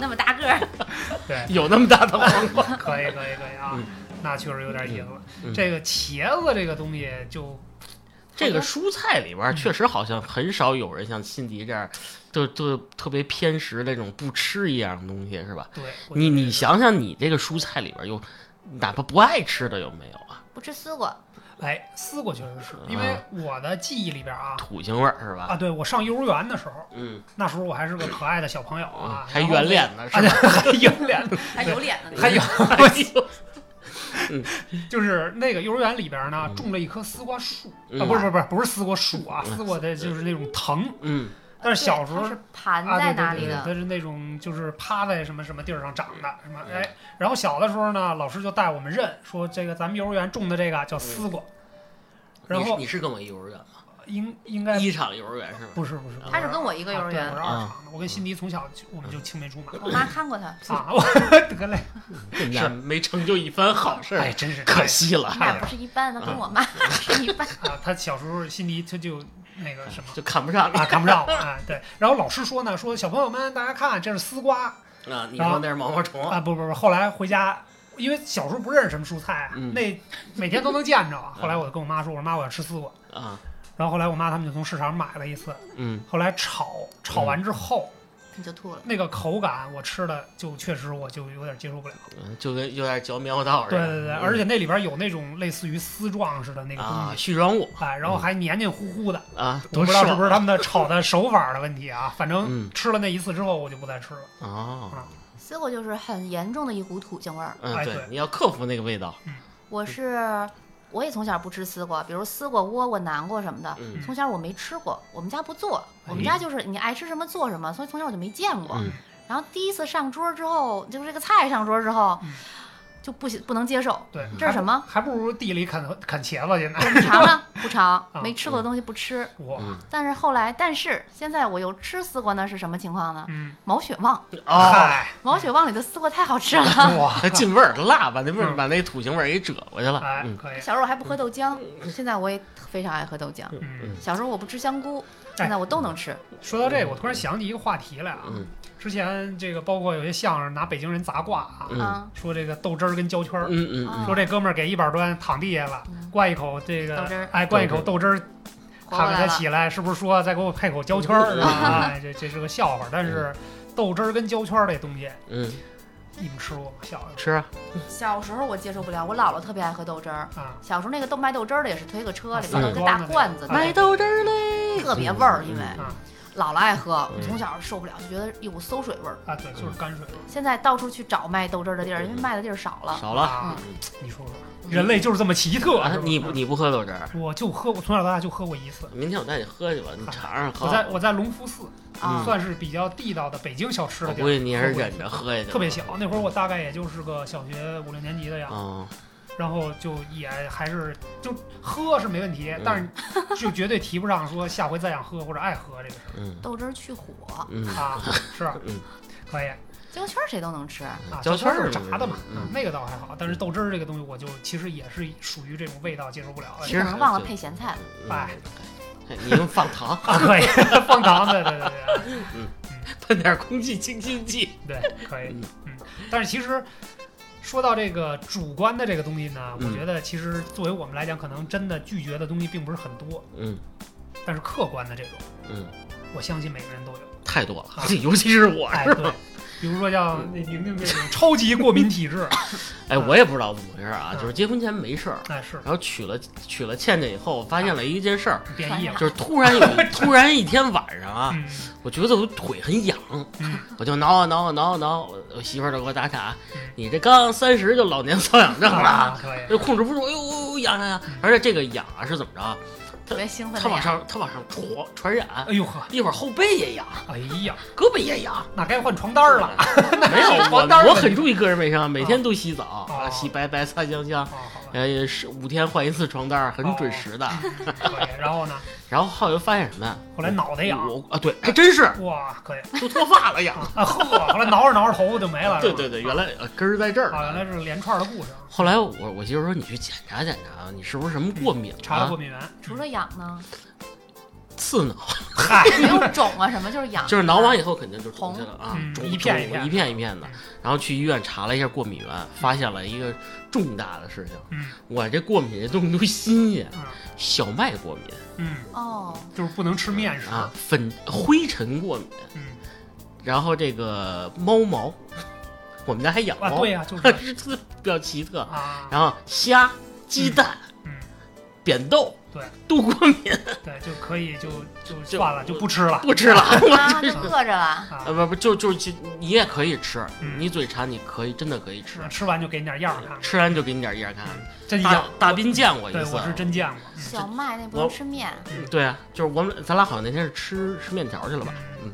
S2: 那么大个儿，
S3: 对，
S1: 有那么大的黄瓜？
S3: 可以可以可以啊
S1: 嗯，
S3: 那确实有点意思了
S1: 嗯。
S3: 这个茄子这个东西就
S1: 这个蔬菜里边确实好像很少有人像辛迪这样，就就特别偏食那种不吃一样东西是吧？
S3: 对，我觉
S1: 你
S3: 得
S1: 你
S3: 这个，
S1: 想想，你这个蔬菜里边有，哪怕不爱吃的有没有啊？
S2: 不吃丝瓜，
S3: 哎，丝瓜确实是
S1: 嗯
S3: 因为我的记忆里边啊
S1: 土腥味儿是吧？
S3: 啊，对我上幼儿园的时候，
S1: 嗯，
S3: 那时候我还是个可爱的小朋友啊，
S1: 哦还
S3: 然后
S1: 圆脸呢是
S3: 啊，
S1: 吧？
S3: 对，还圆脸，
S2: 还有脸呢，
S3: 还有就是那个幼儿园里边呢
S1: 嗯
S3: 种了一棵丝瓜树
S1: 嗯
S3: 啊，不是不是不是不是丝瓜树啊，
S1: 嗯
S3: 丝瓜的就是那种藤。
S1: 嗯
S3: 但是小时候
S2: 对它是盘
S3: 啊，
S2: 在
S3: 对
S2: 哪
S3: 对
S2: 里
S3: 对，它
S2: 的？
S3: 是那种就是趴在什么什么地儿上长的，什么
S1: 嗯
S3: 哎。然后小的时候呢，老师就带我们认，说这个咱们幼儿园种的这个叫丝瓜，然
S1: 你是
S3: 后
S1: 你是跟我一幼儿园吗？
S3: 应应该
S1: 一厂幼儿园是吗？
S3: 不是不是，
S1: 它
S2: 他是跟我一
S3: 一
S2: 个幼儿
S1: 啊
S2: 园
S1: 嗯
S3: 我，是二厂的，我跟辛迪从小就我们就青梅竹马
S2: 我妈看过他。
S3: 啊，我得嘞，
S1: 这你俩没成就一番好事儿，
S3: 哎，真是
S1: 可惜了
S2: 你。
S3: 哎
S2: 俩不是一般的，跟我妈 是一般。
S3: 啊。他小时候辛迪他就那个什么。
S1: 就看不上
S3: 啊，看不上我啊！对，然后老师说呢，说小朋友们，大家看，这是丝瓜
S1: 啊！你说那是毛毛虫，
S3: 啊，不不不，后来回家，因为小时候不认识什么蔬菜啊，
S1: 嗯
S3: 那每天都能见着啊。
S1: 嗯
S3: 后来我就跟我妈说，我说妈，我要吃丝瓜。
S1: 啊，
S3: 然后后来我妈他们就从市场买了一次，
S1: 嗯，
S3: 后来炒，炒完之后、
S2: 你就吐了，
S3: 那个口感我吃的就确实我就有点接受不了。
S1: 嗯就跟有点嚼棉花糖似
S3: 对
S1: 的。
S3: 对对，
S1: 嗯
S3: 而且那里边有那种类似于丝状似的那个
S1: 啊，
S3: 东西。
S1: 絮状物
S3: 哎，然后还黏黏糊糊的，
S1: 啊，
S3: 我
S1: 多
S3: 不知道是
S1: 爽
S3: 不是他们的炒的手法的问题啊。反正
S1: 嗯
S3: 吃了那一次之后，我就不再吃了。
S1: 哦，
S2: 结果就是很严重的一股土腥味儿。
S1: 嗯，
S3: 哎
S1: 对
S3: 对，
S1: 你要克服那个味道。
S2: 我是我也从小不吃丝瓜，比如丝瓜、倭瓜、南瓜什么的，
S1: 嗯
S2: 从小我没吃过，我们家不做，
S3: 哎
S2: 我们家就是你爱吃什么做什么，所以从小我就没见过。
S1: 嗯
S2: 然后第一次上桌之后，就是这个菜上桌之后
S3: 嗯，
S2: 就不行不能接受，
S3: 对，
S1: 嗯
S2: 这是什么？
S3: 还不如地里啃啃茄子去 呢。
S2: 你尝尝不尝
S3: 啊，
S2: 没吃过的东西不吃。
S3: 我，
S1: 嗯，
S2: 但是后来，但是现在我又吃丝瓜呢，是什么情况呢？
S3: 嗯，
S2: 毛血旺，
S1: 哦，
S3: 嗨，
S2: 毛血旺里的丝瓜太好吃 了。
S3: 哇，
S1: 它进味儿辣，把那味儿
S3: 嗯
S1: 把那土腥味儿给遮过去了。
S3: 哎，
S1: 嗯
S3: 可以，
S2: 小时候我还不喝豆浆，现在我也非常爱喝豆浆。
S1: 嗯
S2: 小时候我不吃香菇，现在我都能吃。
S3: 说到这个，我突然想起一个话题来啊。
S1: 嗯
S3: 之前这个包括有些相声拿北京人砸挂啊，
S1: 嗯
S2: 啊，
S3: 说这个豆汁儿跟胶圈儿，
S1: 嗯嗯嗯
S2: 啊
S3: 说这哥们儿给一板砖躺地下了
S2: 嗯，
S3: 灌一口这个
S2: 豆汁儿，
S3: 哎，灌一口豆汁儿，
S2: 活过
S3: 躺着
S2: 来了。
S3: 他
S2: 嗯
S3: 起来，是不是说再给我配口胶圈儿？是吧？ 哎，这这是个笑话，但是豆汁儿跟胶圈儿这东西，
S1: 嗯，
S3: 你们吃过吗？小时
S1: 吃啊，
S2: 小时候我接受不了，我姥姥特别爱喝豆汁儿。
S3: 候啊，
S2: 小时候那个豆卖豆汁儿的也是推个车里
S3: 嗯
S2: 边有一个大罐子，
S3: 嗯卖
S2: 豆汁儿嘞，特别味儿，因为
S1: 嗯
S3: 嗯
S2: 姥姥爱喝，
S1: 嗯
S2: 我从小受不了，就觉得一股馊水味儿。
S3: 啊，对，
S2: 嗯
S3: 就是泔水
S2: 现在到处去找卖豆汁儿的地儿，因为
S1: 嗯
S2: 卖的地儿少了。
S1: 少了。
S3: 啊
S2: 嗯。
S3: 你说说，人类就是这么奇特
S1: 啊，，你不
S3: 不？
S1: 你不喝豆汁儿？
S3: 我就喝，我从小到大就喝过一次。
S1: 明天我带你喝去吧，你尝尝喝。
S3: 我在我在隆福寺，
S1: 嗯
S2: 啊
S3: 算是比较地道的北京小吃
S1: 我
S3: 的地
S1: 估
S3: 儿，
S1: 计你也是忍着喝下去了。
S3: 特别小。那会儿我大概也就是个小学五六年级的样子，
S1: 嗯，
S3: 然后就也还是就喝是没问
S1: 嗯
S3: 题，但是就绝对提不上说下回再想喝或者爱喝这个事
S1: 嗯
S2: 豆汁儿去火，
S1: 嗯
S3: 儿啊，是
S1: 嗯，
S3: 可以
S2: 胶圈儿谁都能吃。
S3: 啊，
S1: 胶圈
S3: 儿
S1: 儿
S3: 是炸的嘛，啊
S1: 嗯，
S3: 那个倒还好，但是豆汁儿这个东西我就其实也是属于这种味道接受不 了的
S1: 其实
S2: 可能忘了配咸菜。
S1: 嗯哎你用放糖，
S3: 啊，可以放糖，对对对对。
S1: 喷点空气清新剂。
S3: 对，可以
S1: 嗯，
S3: 嗯，但是其实说到这个主观的这个东西呢，
S1: 嗯
S3: 我觉得其实作为我们来讲，可能真的拒绝的东西并不是很多，
S1: 嗯
S3: 但是客观的这种，
S1: 嗯，
S3: 我相信每个人都有。
S1: 太多了
S3: 啊，
S1: 尤其是我。
S3: 哎，对，比如说
S1: 嗯
S3: 像那宁宁这种超级过敏体质，
S1: 哎，我也不知道怎么回事啊，
S3: 嗯
S1: 就是结婚前没事儿，
S3: 哎，是
S1: 然后娶了娶了倩倩以后，我发现了一件事儿，
S3: 变异了。
S1: 就是突然有突然一天晚上啊，
S3: 嗯
S1: 我觉得我腿很痒，
S3: 嗯
S1: 我就挠啊挠啊挠啊挠，我我媳妇儿就给我打卡
S3: 嗯，
S1: 你这刚三十就老年瘙痒症
S3: 啊
S1: 了，，
S3: 可以，
S1: 就控制不住，哎呦哎呦痒痒痒！而且这个痒啊是怎么着？
S2: 特别兴奋
S1: 它
S2: 的
S1: 往
S2: 呀，
S1: 上它往上传传染
S3: 哎，呦呵，
S1: 一会儿后背也痒，
S3: 哎呀，
S1: 胳膊也痒。嗯
S3: 那该换床单儿了。
S1: 没有我
S3: 床单儿
S1: 我
S3: 问
S1: 很
S3: 题
S1: 注意个人卫生，每天都洗澡啊，
S3: 哦
S1: 洗白白擦香香
S3: 哦，，好吧，
S1: 呃，是五天换一次床单儿，很准时的。
S3: 可以。然后呢，
S1: 然后后来发现什么呀？
S3: 啊后来脑袋痒，
S1: 我 啊，对，还真是
S3: 哇，可以
S1: 都脱发了 痒。
S3: 啊，呵，后来挠着挠着头发就没了。是
S1: 对
S3: 吧
S1: 对对，原来呃根儿在这儿
S3: 啊，原来
S1: 呢。
S3: 是连串的故事，啊
S1: 后来我我媳妇说你去检查检查，啊你是不是什么过敏
S3: 嗯查了过
S1: 了？
S3: 敏源，
S2: 除了痒呢，
S1: 刺挠，
S3: 嗨，
S2: 没有肿啊什么，就是痒。
S1: 就是挠完以后肯定就肿
S2: 红
S1: 起来了啊
S3: 嗯，
S1: 肿
S3: 一片
S1: 肿一
S3: 一片
S1: 片一片的
S3: 嗯。
S1: 然后去医院查了一下过敏源，发现了一个重大的事情，
S3: 嗯
S1: 我这过敏这东西都新鲜，
S3: 嗯
S1: 小麦过敏。
S3: 嗯，
S2: 哦，
S3: 就是不能吃面食，
S1: 啊，粉灰尘过敏，
S3: 嗯，
S1: 然后这个猫毛， 我们家还养
S3: 啊，
S1: 猫，
S3: 对呀、就是
S1: 是特比较奇特。
S3: 啊，
S1: 然后虾、鸡蛋，
S3: 嗯
S1: 扁豆，
S3: 对，
S1: 杜过敏，
S3: 对，就可以就就
S1: 就
S3: 算了，就不吃了。
S1: 不 吃了。
S2: 啊，就饿着了。
S1: 呃，不不，就就就你也可以吃，
S3: 嗯
S1: 你嘴馋，你可以真的可以吃，
S3: 吃吃完就给你点样儿看，
S1: 吃完就给你点样看。
S3: 真
S1: 大
S3: 样。
S1: 嗯大斌见过一
S3: 对，
S1: 次
S3: 哎我，是真见过。嗯
S2: 小麦那不用吃面，
S1: 对啊，就是我们咱俩好像那天是吃吃面条去了吧，
S3: 嗯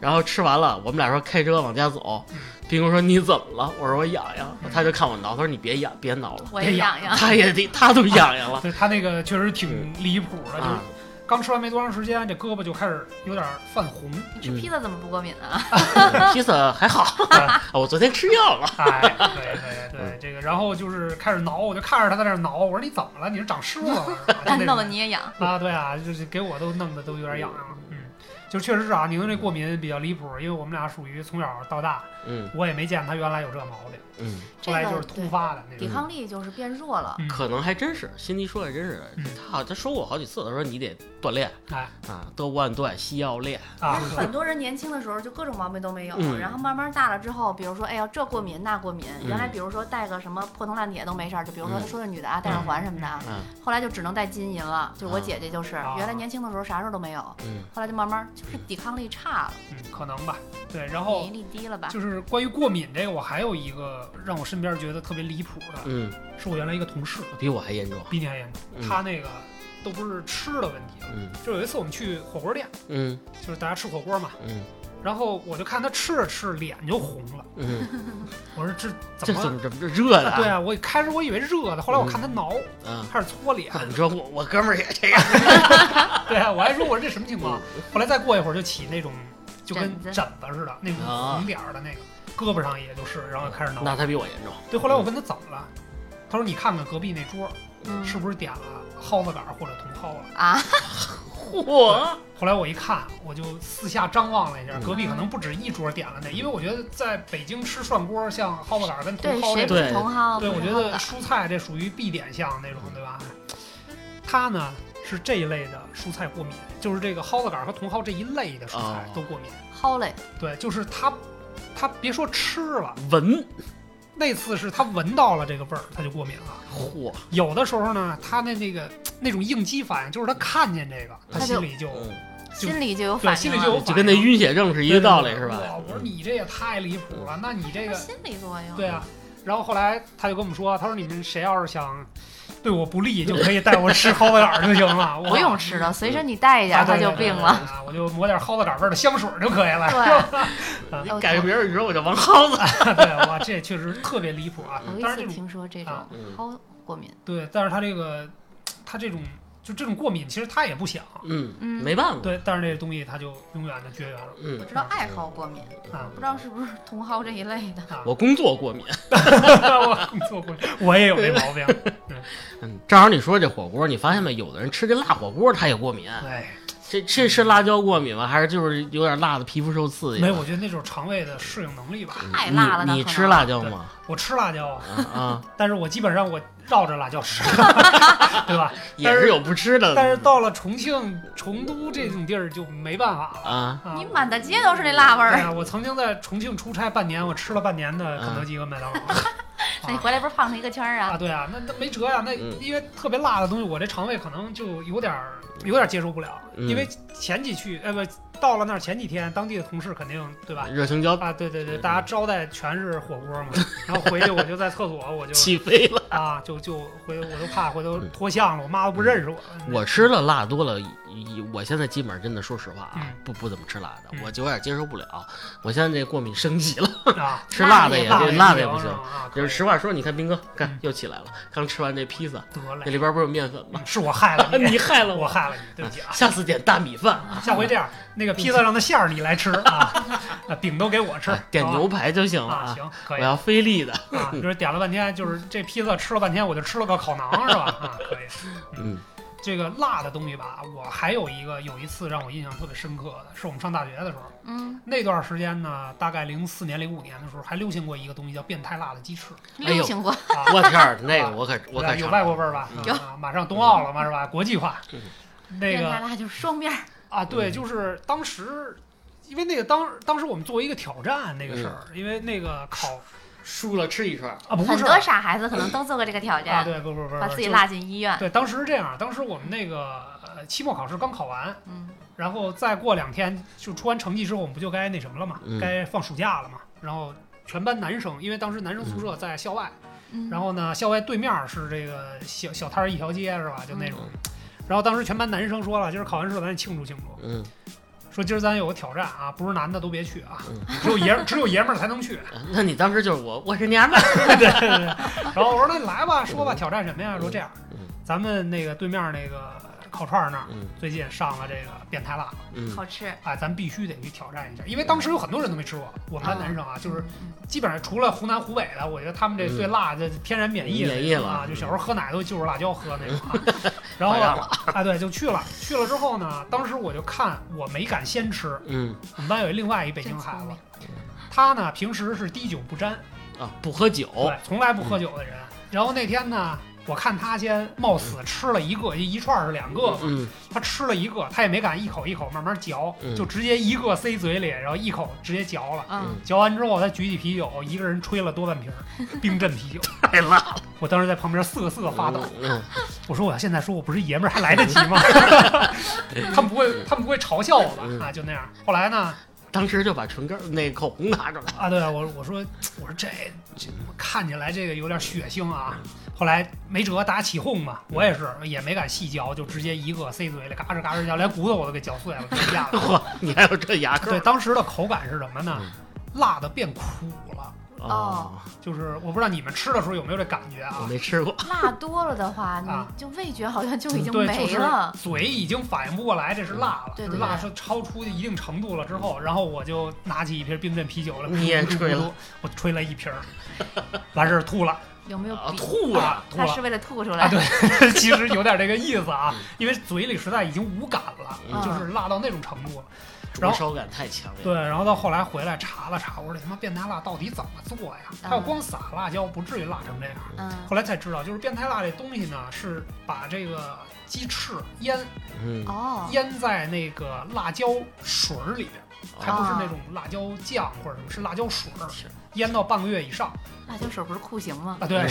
S1: 然后吃完了，我们俩说开车往家走
S3: 嗯，
S1: 斌哥说你怎么了？我说我痒痒，他就看我挠，他说你别痒，别挠 了，
S2: 我也痒痒。
S1: 他也得他都痒痒了
S3: 对他那个确实挺离谱的，就是
S1: 啊，
S3: 刚吃完没多长时间，这胳膊就开始有点 泛红。
S2: 你吃披萨怎么不过敏啊？
S1: 嗯披萨还好， 我昨天吃药了，
S3: 哎，对对对，
S1: 嗯
S3: 这个，然后就是开始挠，我就看着他在那儿挠，我说你怎么了？你是长虱子 了？
S2: 那弄得
S3: 的
S2: 你也痒。
S3: 啊，对啊，就是给我都弄得都有点痒痒了。嗯，就确实是啊，宁宁这过敏比较离谱，因为我们俩属于从小到大，
S1: 嗯
S3: 我也没见他原来有这毛病，
S1: 嗯，
S2: 这
S3: 后来就是
S2: 个
S3: 突
S2: 对
S3: 发的那
S2: 抵
S3: 种。
S2: 抗力就是变弱了。
S3: 嗯
S1: 可能还真是，辛迪说的真是
S3: 嗯，
S1: 他好他说过好几次，他说你得锻炼
S3: 哎
S1: 啊，多腕锻，西药练，
S3: 啊，
S2: 很多人年轻的时候就各种毛病都没有，
S1: 嗯
S2: 然后慢慢大了之后，比如说，哎呀，这过敏那过敏，原来比如说戴个什么破铜烂铁都没事儿，就比如说
S1: 嗯
S2: 她说的女的啊，戴耳环什么的啊，
S1: 嗯
S2: 后来就只能戴金银了。就我姐姐就是，
S3: 啊
S2: 原来年轻的时候啥事儿都没有，
S1: 嗯
S2: 后来就慢慢就是抵抗力差了，
S3: 嗯，可能吧。对，
S2: 免
S3: 然
S2: 疫
S3: 后
S2: 力低了吧？
S3: 哦就是关于过敏这个，我还有一个让我身边觉得特别离谱的，
S1: 嗯，
S3: 是我原来一个同事，
S1: 比我还严重，
S3: 比你还严重。
S1: 嗯
S3: 他那个都不是吃的问题了，
S1: 嗯
S3: 就有一次我们去火锅店，
S1: 嗯
S3: 就是大家吃火锅嘛，
S1: 嗯
S3: 然后我就看他吃着吃着脸就红了，
S1: 嗯，
S3: 我说这
S1: 这
S3: 怎么
S1: 怎
S3: 了？
S1: 么这么热的？
S3: 对啊，我开始我以为热的，后来我看他挠，
S1: 嗯，
S3: 开始搓脸，
S1: 你说我我哥们儿也这样，
S3: 对啊，我还说我说这什么情况？
S1: 嗯
S3: 后来再过一会儿就起那种就跟
S2: 疹子
S3: 疹子似的那种红点儿的那个，胳膊上也就是，然后开始挠。
S1: 啊那他比我严重，
S3: 对，后来我问他怎么了，他说你看看隔壁那桌
S2: 嗯
S3: 是不是点了蒿子杆儿或者茼蒿了。
S2: 啊，
S1: 嚯，
S3: 后来我一看，我就四下张望了一下，
S1: 嗯
S3: 隔壁可能不止一桌点了那，因为我觉得在北京吃涮锅，像蒿子杆儿跟茼
S2: 对，
S3: 蒿
S2: 谁不
S3: 这种，
S2: 是同好？
S3: 对
S2: 不
S3: 我
S2: 是
S3: 觉
S2: 同
S3: 得
S2: 哦好
S3: 蔬菜这属于必点项那种，对吧？他呢是这一类的蔬菜过敏，就是这个蒿子杆儿和茼蒿这一类的蔬菜
S1: 哦
S3: 都过敏。
S2: 好嘞，
S3: 对，就是他，他别说吃了，
S1: 闻，
S3: 那次是他闻到了这个味儿，他就过敏了。
S1: 嚯，
S3: 有的时候呢，他的那个那种应激反应，就是他看见这个，他
S2: 他就
S3: 心里就
S1: 嗯，
S2: 心里就有
S3: 对，
S2: 反应
S3: 心
S2: 了，
S3: 里就有反应
S1: 就跟那晕血症是一个道理，是
S3: 对对对
S1: 吧
S3: 我？说你这也太离谱了，那你这个
S2: 心理作用。
S3: 对啊。
S2: 嗯
S3: 然后后来他就跟我们说，他说你们谁要是想对我不利，就可以带我吃蒿子杆儿就行 了，我
S2: 不用吃了，随身你带一点，
S3: 啊
S2: 他
S3: 对
S2: 就
S3: 对对
S2: 病
S3: 对
S2: 了。
S3: 啊我就抹点蒿子杆味儿的香水儿就可以了。
S2: 对，哦
S1: 你改个名儿，你说我叫王耗子，
S3: 对，哇，这确实特别离谱啊
S2: 哦我！有一
S3: 当然
S2: 次
S3: 这种
S2: 听说这种
S3: 啊
S1: 嗯
S2: 蒿过敏，
S3: 对，但是他这个他这种就这种过敏，其实他也不想。
S1: 嗯，
S2: 嗯，
S1: 没办法，
S3: 对，但是这东西他就永远的绝缘了
S1: 嗯
S2: 我，知道艾蒿过敏，
S3: 啊
S2: 不知道是不是茼蒿这一类的。
S3: 啊！
S1: 我工作过敏，
S3: 我做过，我也有这毛病。
S1: 嗯，正好你说这火锅，你发现没？有的人吃这辣火锅他也过敏，
S3: 哎，
S1: 这这是辣椒过敏吗？还是就是有点辣的皮肤受刺激？
S3: 没有，我觉得那就是肠胃的适应能力吧。
S1: 嗯，
S2: 太辣了
S1: 你
S2: 那
S1: 你
S2: 可能
S1: 吃辣椒吗？
S3: 我吃辣椒啊，
S1: 啊啊，
S3: 但是我基本上我绕着辣椒吃， 对吧？
S1: 也是有不吃 的，
S3: 但是到了重庆、成都这种地儿就没办法了
S1: 啊，
S3: 啊
S2: 你。满大街都是那辣味儿，
S3: 对啊，我曾经在重庆出差半年，我吃了半年的
S1: 嗯
S3: 肯德基和麦当劳。
S2: 那你回来不是胖成一个圈儿
S3: 啊，
S2: 啊？
S3: 对啊，那那没辙呀、那
S1: 嗯
S3: 因为特别辣的东西，我这肠胃可能就有点儿有点儿接受不了，
S1: 嗯
S3: 因为前几去，呃，不，到了那儿前几天，当地的同事肯定对吧？
S1: 热情椒
S3: 啊，对对对，
S1: 嗯
S3: 大家招待全是火锅嘛，然后回去我就在厕所，我就
S1: 起飞了。
S3: 啊，就就回我都怕回头脱相了，我妈都不认识我。
S1: 嗯我吃了辣多了，一我现在基本上真的说实话啊
S3: 嗯，
S1: 不不怎么吃辣的
S3: 嗯，
S1: 我就有点接受不了。我现在这过敏升级了，
S3: 啊，
S1: 吃辣的
S2: 那
S1: 也
S2: 也
S1: 这
S3: 的
S1: 辣的也不
S3: 行
S1: 行。
S3: 啊，
S1: 就是实话说，你看斌哥，看
S3: 嗯
S1: 又起来了，刚吃完这披萨，
S3: 得
S1: 那
S3: 嘞，
S1: 里边不是有面粉吗？
S3: 嗯是我害了 你，
S1: 你害了
S3: 我
S1: 我，
S3: 害了你，对不起啊。
S1: 下次点大米饭，啊
S3: 下回这样，那个披萨上的馅儿你来吃 啊，啊饼都给我吃
S1: 哎，点
S3: 好吧
S1: 牛排就行了
S3: 啊，
S1: 啊，
S3: 行，可
S1: 我
S3: 以
S1: 要菲力 的。
S3: 啊，就是点了半天，就是这披萨吃了半天，我就吃了个烤馕， 是吧？啊，可以。
S1: 嗯
S3: 这个辣的东西吧，我还有一个有一次让我印象特别深刻的是我们上大学的时候，
S2: 嗯，
S3: 那段时间呢，大概零四年、零五年的时候，还流行过一个东西叫变态辣的鸡翅，
S1: 哎呦
S2: 流行过，
S3: 啊，
S1: 我天儿，那个我 可我
S3: 对
S1: 可
S3: 吧有
S1: 尝
S3: 外国味儿吧？
S2: 有
S3: 啊，马上冬奥了嘛，是吧？国际化
S1: 嗯，
S3: 那
S2: 变
S3: 个
S2: 态辣就是双面儿，
S3: 啊，对，
S1: 嗯
S3: 就是当
S1: 嗯
S3: 时，因为那个当当时我们作为一个挑战那个事儿，因为那个考
S1: 输了吃一串儿，
S3: 啊，不
S2: 很
S3: 是
S2: 多傻孩子可能都做过这个挑
S3: 啊，
S2: 战，
S3: 对，不不不，
S2: 把自己
S3: 就
S2: 拉进医院。
S3: 对，当时是这样，当时我们那个呃期末考试刚考完，
S2: 嗯，
S3: 然后再过两天就出完成绩之后，我们不就该那什么了嘛，
S1: 嗯
S3: 该放暑假了嘛。然后全班男生，因为当时男生宿舍在校外，
S2: 嗯
S3: 然后呢，校外对面是这个小小摊儿一条街是吧？就那种。
S1: 嗯
S3: 然后当时全班男生说了，今儿考完试咱得庆祝庆祝，
S1: 嗯，
S3: 说今儿咱有个挑战啊，不是男的都别去啊
S1: 嗯，
S3: 只有爷只有爷们儿才能去。
S1: 那你当时就是我，我是娘们儿，
S3: 对对对。对然后我说那你来吧，说吧，挑战什么呀？说这样
S1: 嗯，
S3: 咱们那个对面那个烤串儿那儿
S1: 嗯
S3: 最近上了这个变态辣了。
S1: 嗯
S2: 好吃。
S3: 哎，咱必须得去挑战一下，因为当时有很多人都没吃过。我们班男生啊，就是
S2: 嗯
S3: 基本上除了湖南、湖北的，我觉得他们这对辣就天然免疫
S1: 嗯免疫了
S3: 啊，
S1: 嗯
S3: 就小时候喝奶都就是辣椒喝那种啊。 然
S1: 好样
S3: 后啊，对，就去了。去了之后呢，当时我就看我没敢先吃，
S1: 嗯
S3: 我们班有另外一北京
S2: 真
S3: 孩
S2: 聪明
S3: 子，他呢平时是滴酒不沾，
S1: 啊，不喝酒，
S3: 对，从来
S1: 嗯
S3: 不喝酒的人。然后那天呢。我看他先冒死吃了一个，一串儿是两个嘛，
S1: 嗯
S3: 他吃了一个，他也没敢一口一口慢慢嚼，
S1: 嗯
S3: 就直接一个塞嘴里，然后一口直接嚼了。
S2: 嗯，
S1: 嗯，
S3: 嚼完之后，他举起啤酒，一个人吹了多半 瓶儿冰镇啤酒。
S1: 太辣了，
S3: 我当时在旁边瑟瑟发抖，
S1: 嗯，
S3: 我说我要现在说我不是爷们儿还来得及 吗？他们不会，他们不会嘲笑我吧？
S1: 嗯
S3: 啊，就那样。后来呢，
S1: 当时就把唇膏那口红拿 着了，
S3: 啊，对我我说我说这这看起来这个有点血腥啊。后来没辙，大家起哄嘛，我也是也没敢细嚼，就直接一个塞嘴里，嘎吱嘎吱嚼，连骨头我都给嚼碎了，给咽了。
S1: 嚯，你还有这牙
S3: 对，
S1: 膏
S3: 当时的口感是什么呢
S1: 嗯？
S3: 辣的变苦了，
S1: 哦，
S3: 就是我不知道你们吃的时候有没有这感觉
S1: 我
S3: 啊？
S1: 没吃过，
S2: 辣多了的话，
S3: 啊嗯
S2: 你就味觉好像就已经
S3: 对，就
S2: 没
S3: 是
S2: 了。
S3: 嘴已经反应不过来，这是辣了，
S2: 对
S3: 就是
S2: 对
S3: 辣
S2: 对
S3: 是超出一定程度了之后，然后我就拿起一瓶冰镇啤酒来，
S1: 你也
S3: 咕嘟咕
S1: 吹
S3: 嘟咕嘟
S1: 了，
S3: 我吹了一瓶儿，完事儿吐了，
S2: 有没有
S1: 啊
S2: 比？
S1: 吐
S3: 啊
S1: 了，
S3: 吐
S2: 他
S3: 了
S2: 是。为了吐出
S3: 啊，
S2: 来。
S3: 对， 其实有点这个意思啊
S1: 嗯，
S3: 因为嘴里实在已经无感了，
S1: 嗯
S3: 就是辣到那种程度了。然
S1: 灼
S3: 后
S1: 烧感太强烈
S3: 对，
S1: 了，
S3: 然后到后来回来查了查，我说这他妈变态辣到底怎么做呀？他要
S2: 嗯
S3: 光撒辣椒，不至于辣成这样。
S2: 嗯
S3: 后来才知道，就是变态辣这东西呢，是把这个鸡翅腌
S1: 嗯，
S2: 哦，
S3: 腌在那个辣椒水儿里边，
S1: 啊哦
S3: 还不是那种辣椒酱或者什么，是辣椒水儿
S1: 是，
S3: 腌到半个月以上
S2: 辣椒水不是酷刑吗？
S3: 啊，对，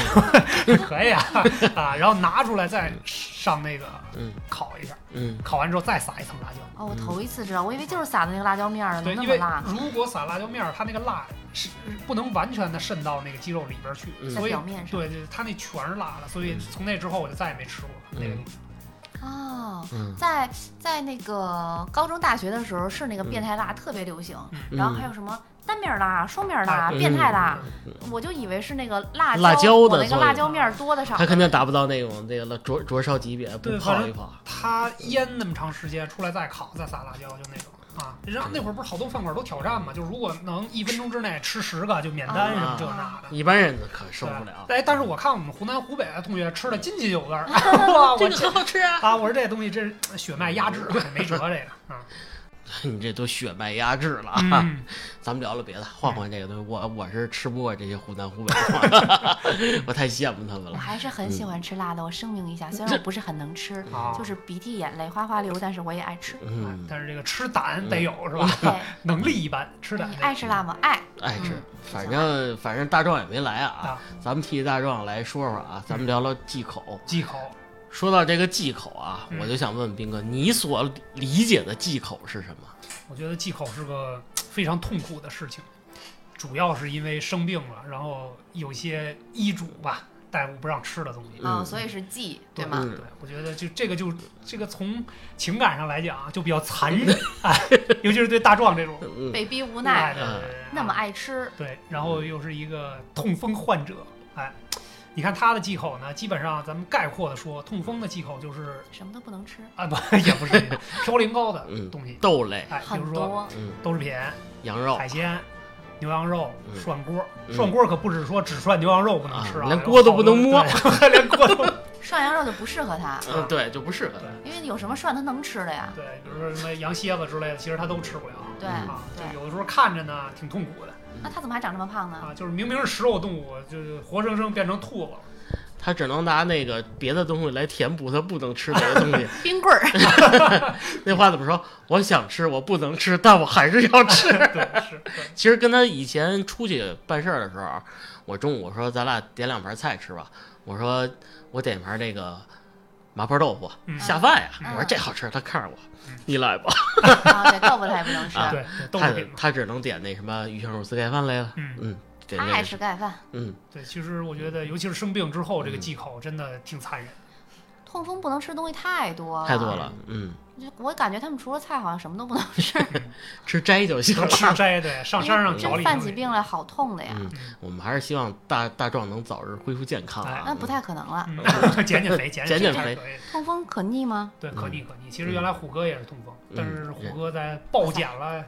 S1: 嗯
S3: 可以啊啊，然后拿出来再上那个
S1: 嗯
S3: 烤一下，
S1: 嗯
S3: 烤完之后再撒一层辣椒。
S2: 哦，我
S1: 嗯
S2: 头一次知道，我以为就是撒的那个辣椒面儿呢，
S3: 对，
S2: 那
S3: 因
S2: 么
S3: 为
S2: 辣，
S3: 如果撒辣椒面儿，它那个辣是不能完全的渗到那个鸡肉里边儿去，
S1: 嗯
S2: 在
S3: 所以
S2: 表面上。
S3: 对，就是它那全是辣的，所以从那之后我就再也没吃过那个东西。
S2: 哦，
S1: 嗯，
S2: 在在那个高中、大学的时候，是那个
S1: 嗯
S2: 变态辣特别流行，
S1: 嗯哎
S2: 然后还有什么单面辣、双面辣、
S3: 啊
S2: 变态辣，
S1: 嗯
S2: 我就以为是那个辣椒，
S1: 辣椒的
S2: 我那个
S1: 作用
S2: 辣椒面儿多的少
S1: 他。肯定达不到那种那个灼灼烧级别，不
S3: 对反
S1: 泡
S3: 正
S1: 一泡，
S3: 它腌那么长时间，出来再烤再撒辣椒，就那种啊。然后那会儿不是好多饭馆都挑战嘛，就如果能一分钟之内吃十个就免单
S2: 啊
S3: 什么这那的。
S1: 一般人可嗯受
S3: 对
S1: 不了。
S3: 哎，但是我看我们湖南、湖北的同学吃的津津有味 儿，哇，我这
S1: 好吃啊！
S3: 啊，我说这东西真是血脉压制，没辙这个啊。
S1: 你这都血脉压制了啊！
S3: 嗯，
S1: 咱们聊聊别的，换换这个东西。我我是吃不过这些湖南湖北的， 我太羡慕他们
S2: 我
S1: 了。
S2: 还是很
S1: 嗯
S2: 喜欢吃辣的，我声明一下，虽然我不是很能吃，
S1: 哦
S3: 啊
S2: 就，是鼻涕眼泪哗哗流，但是我也爱吃。
S1: 嗯，
S3: 但是这个吃胆得有是吧？
S2: 对，
S3: 能力一般，吃胆
S2: 你
S3: 得有
S2: 爱吃辣吗？爱。
S1: 爱吃
S2: 嗯。
S1: 哎反正反正大壮也没来啊
S3: 啊，
S1: 咱们替大壮来说说啊，咱们聊聊忌口。
S3: 忌口。
S1: 说到这个忌口啊，
S3: 嗯
S1: 我就想问斌哥，你所理解的忌口是什么？
S3: 我觉得忌口是个非常痛苦的事情，主要是因为生病了，然后有些医嘱吧，大夫不让吃的东西。
S2: 啊、
S1: 嗯
S2: 所以是忌，对
S1: 嗯
S2: 吗？
S3: 对，我觉得就这个就这个从情感上来讲啊，就比较残忍， 哎，尤其是对大壮这种哎
S1: 嗯，
S2: 被逼嗯无
S3: 无
S2: 奈，嗯
S3: 的
S2: 那么爱吃，
S3: 对，然后又是一个痛风患者，哎，你看他的忌口呢，基本上咱们概括的说，痛风的忌口就是
S2: 什么都不能吃，
S3: 啊不 也不是嘌呤高的
S1: 嗯
S3: 东西，
S1: 豆类，
S3: 哎，比
S2: 很
S3: 如说
S2: 多。
S1: 嗯，
S3: 豆制品、
S1: 羊肉
S3: 海鲜、牛羊肉、
S1: 嗯
S3: 涮锅。
S1: 嗯
S3: 涮锅可不是说只涮牛羊肉不能吃
S1: 啊
S3: 啊，
S1: 连锅都不能摸
S3: 有好多，对 连锅都不能。
S2: 涮羊肉就不适合他，
S1: 嗯，对，就不适合。
S2: 因为有什么涮他能吃的呀？
S3: 对，比如说什么羊蝎子之类的，其实他都吃不了。
S2: 对
S1: 嗯
S3: 啊，
S2: 对，嗯
S3: 就有的时候看着呢挺痛苦的
S2: 那他怎么还长这么胖呢？
S3: 啊，就是明明是食肉动物，就是活生生变成兔子了。
S1: 他只能拿那个别的东西来填补他不能吃别的东 西。
S2: 冰棍儿，
S1: 那话怎么说？我想吃，我不能吃，但我还是要吃。
S3: 对，是，对
S1: 其实跟他以前出去办事儿的时候啊，我中午我说咱俩点两盘菜吃吧，我说我点一盘那个麻婆豆腐
S3: 嗯
S1: 下饭呀，
S2: 嗯
S1: 我说这好吃，他看着我
S3: 嗯，
S1: 你来吧，
S2: 啊，对，豆腐他也不能吃，
S1: 啊
S3: 对，对豆
S1: 他
S3: 制品嘛，
S1: 他只能点那什么鱼香肉丝盖饭来了，
S3: 嗯，
S1: 嗯，点
S2: 他
S1: 那
S2: 爱
S1: 个，
S2: 吃盖饭。
S1: 嗯，
S3: 对，其实我觉得，尤其是生病之后，这个
S1: 嗯
S3: 忌口真的挺残 忍。
S2: 痛风不能吃东西太多了，
S1: 太多了，嗯，
S2: 就。我感觉他们除了菜好像什么都不
S3: 嗯
S2: 能吃，
S1: 吃斋就行
S3: 要
S1: 了。
S3: 吃斋，对，上山上
S2: 因
S3: 找
S2: 为真
S3: 理疗
S2: 犯起病来好痛的呀，
S1: 嗯，我们还是希望大大壮能早日恢复健康啊
S3: 哎。
S2: 那不太可能了。
S3: 嗯， 减减肥，减
S1: 减减
S3: 减
S1: 肥
S3: 可以
S2: 痛风可逆吗？
S3: 对，
S1: 嗯
S3: 可逆可逆。其实原来虎哥也是痛风，
S1: 嗯
S3: 但是虎哥在暴减了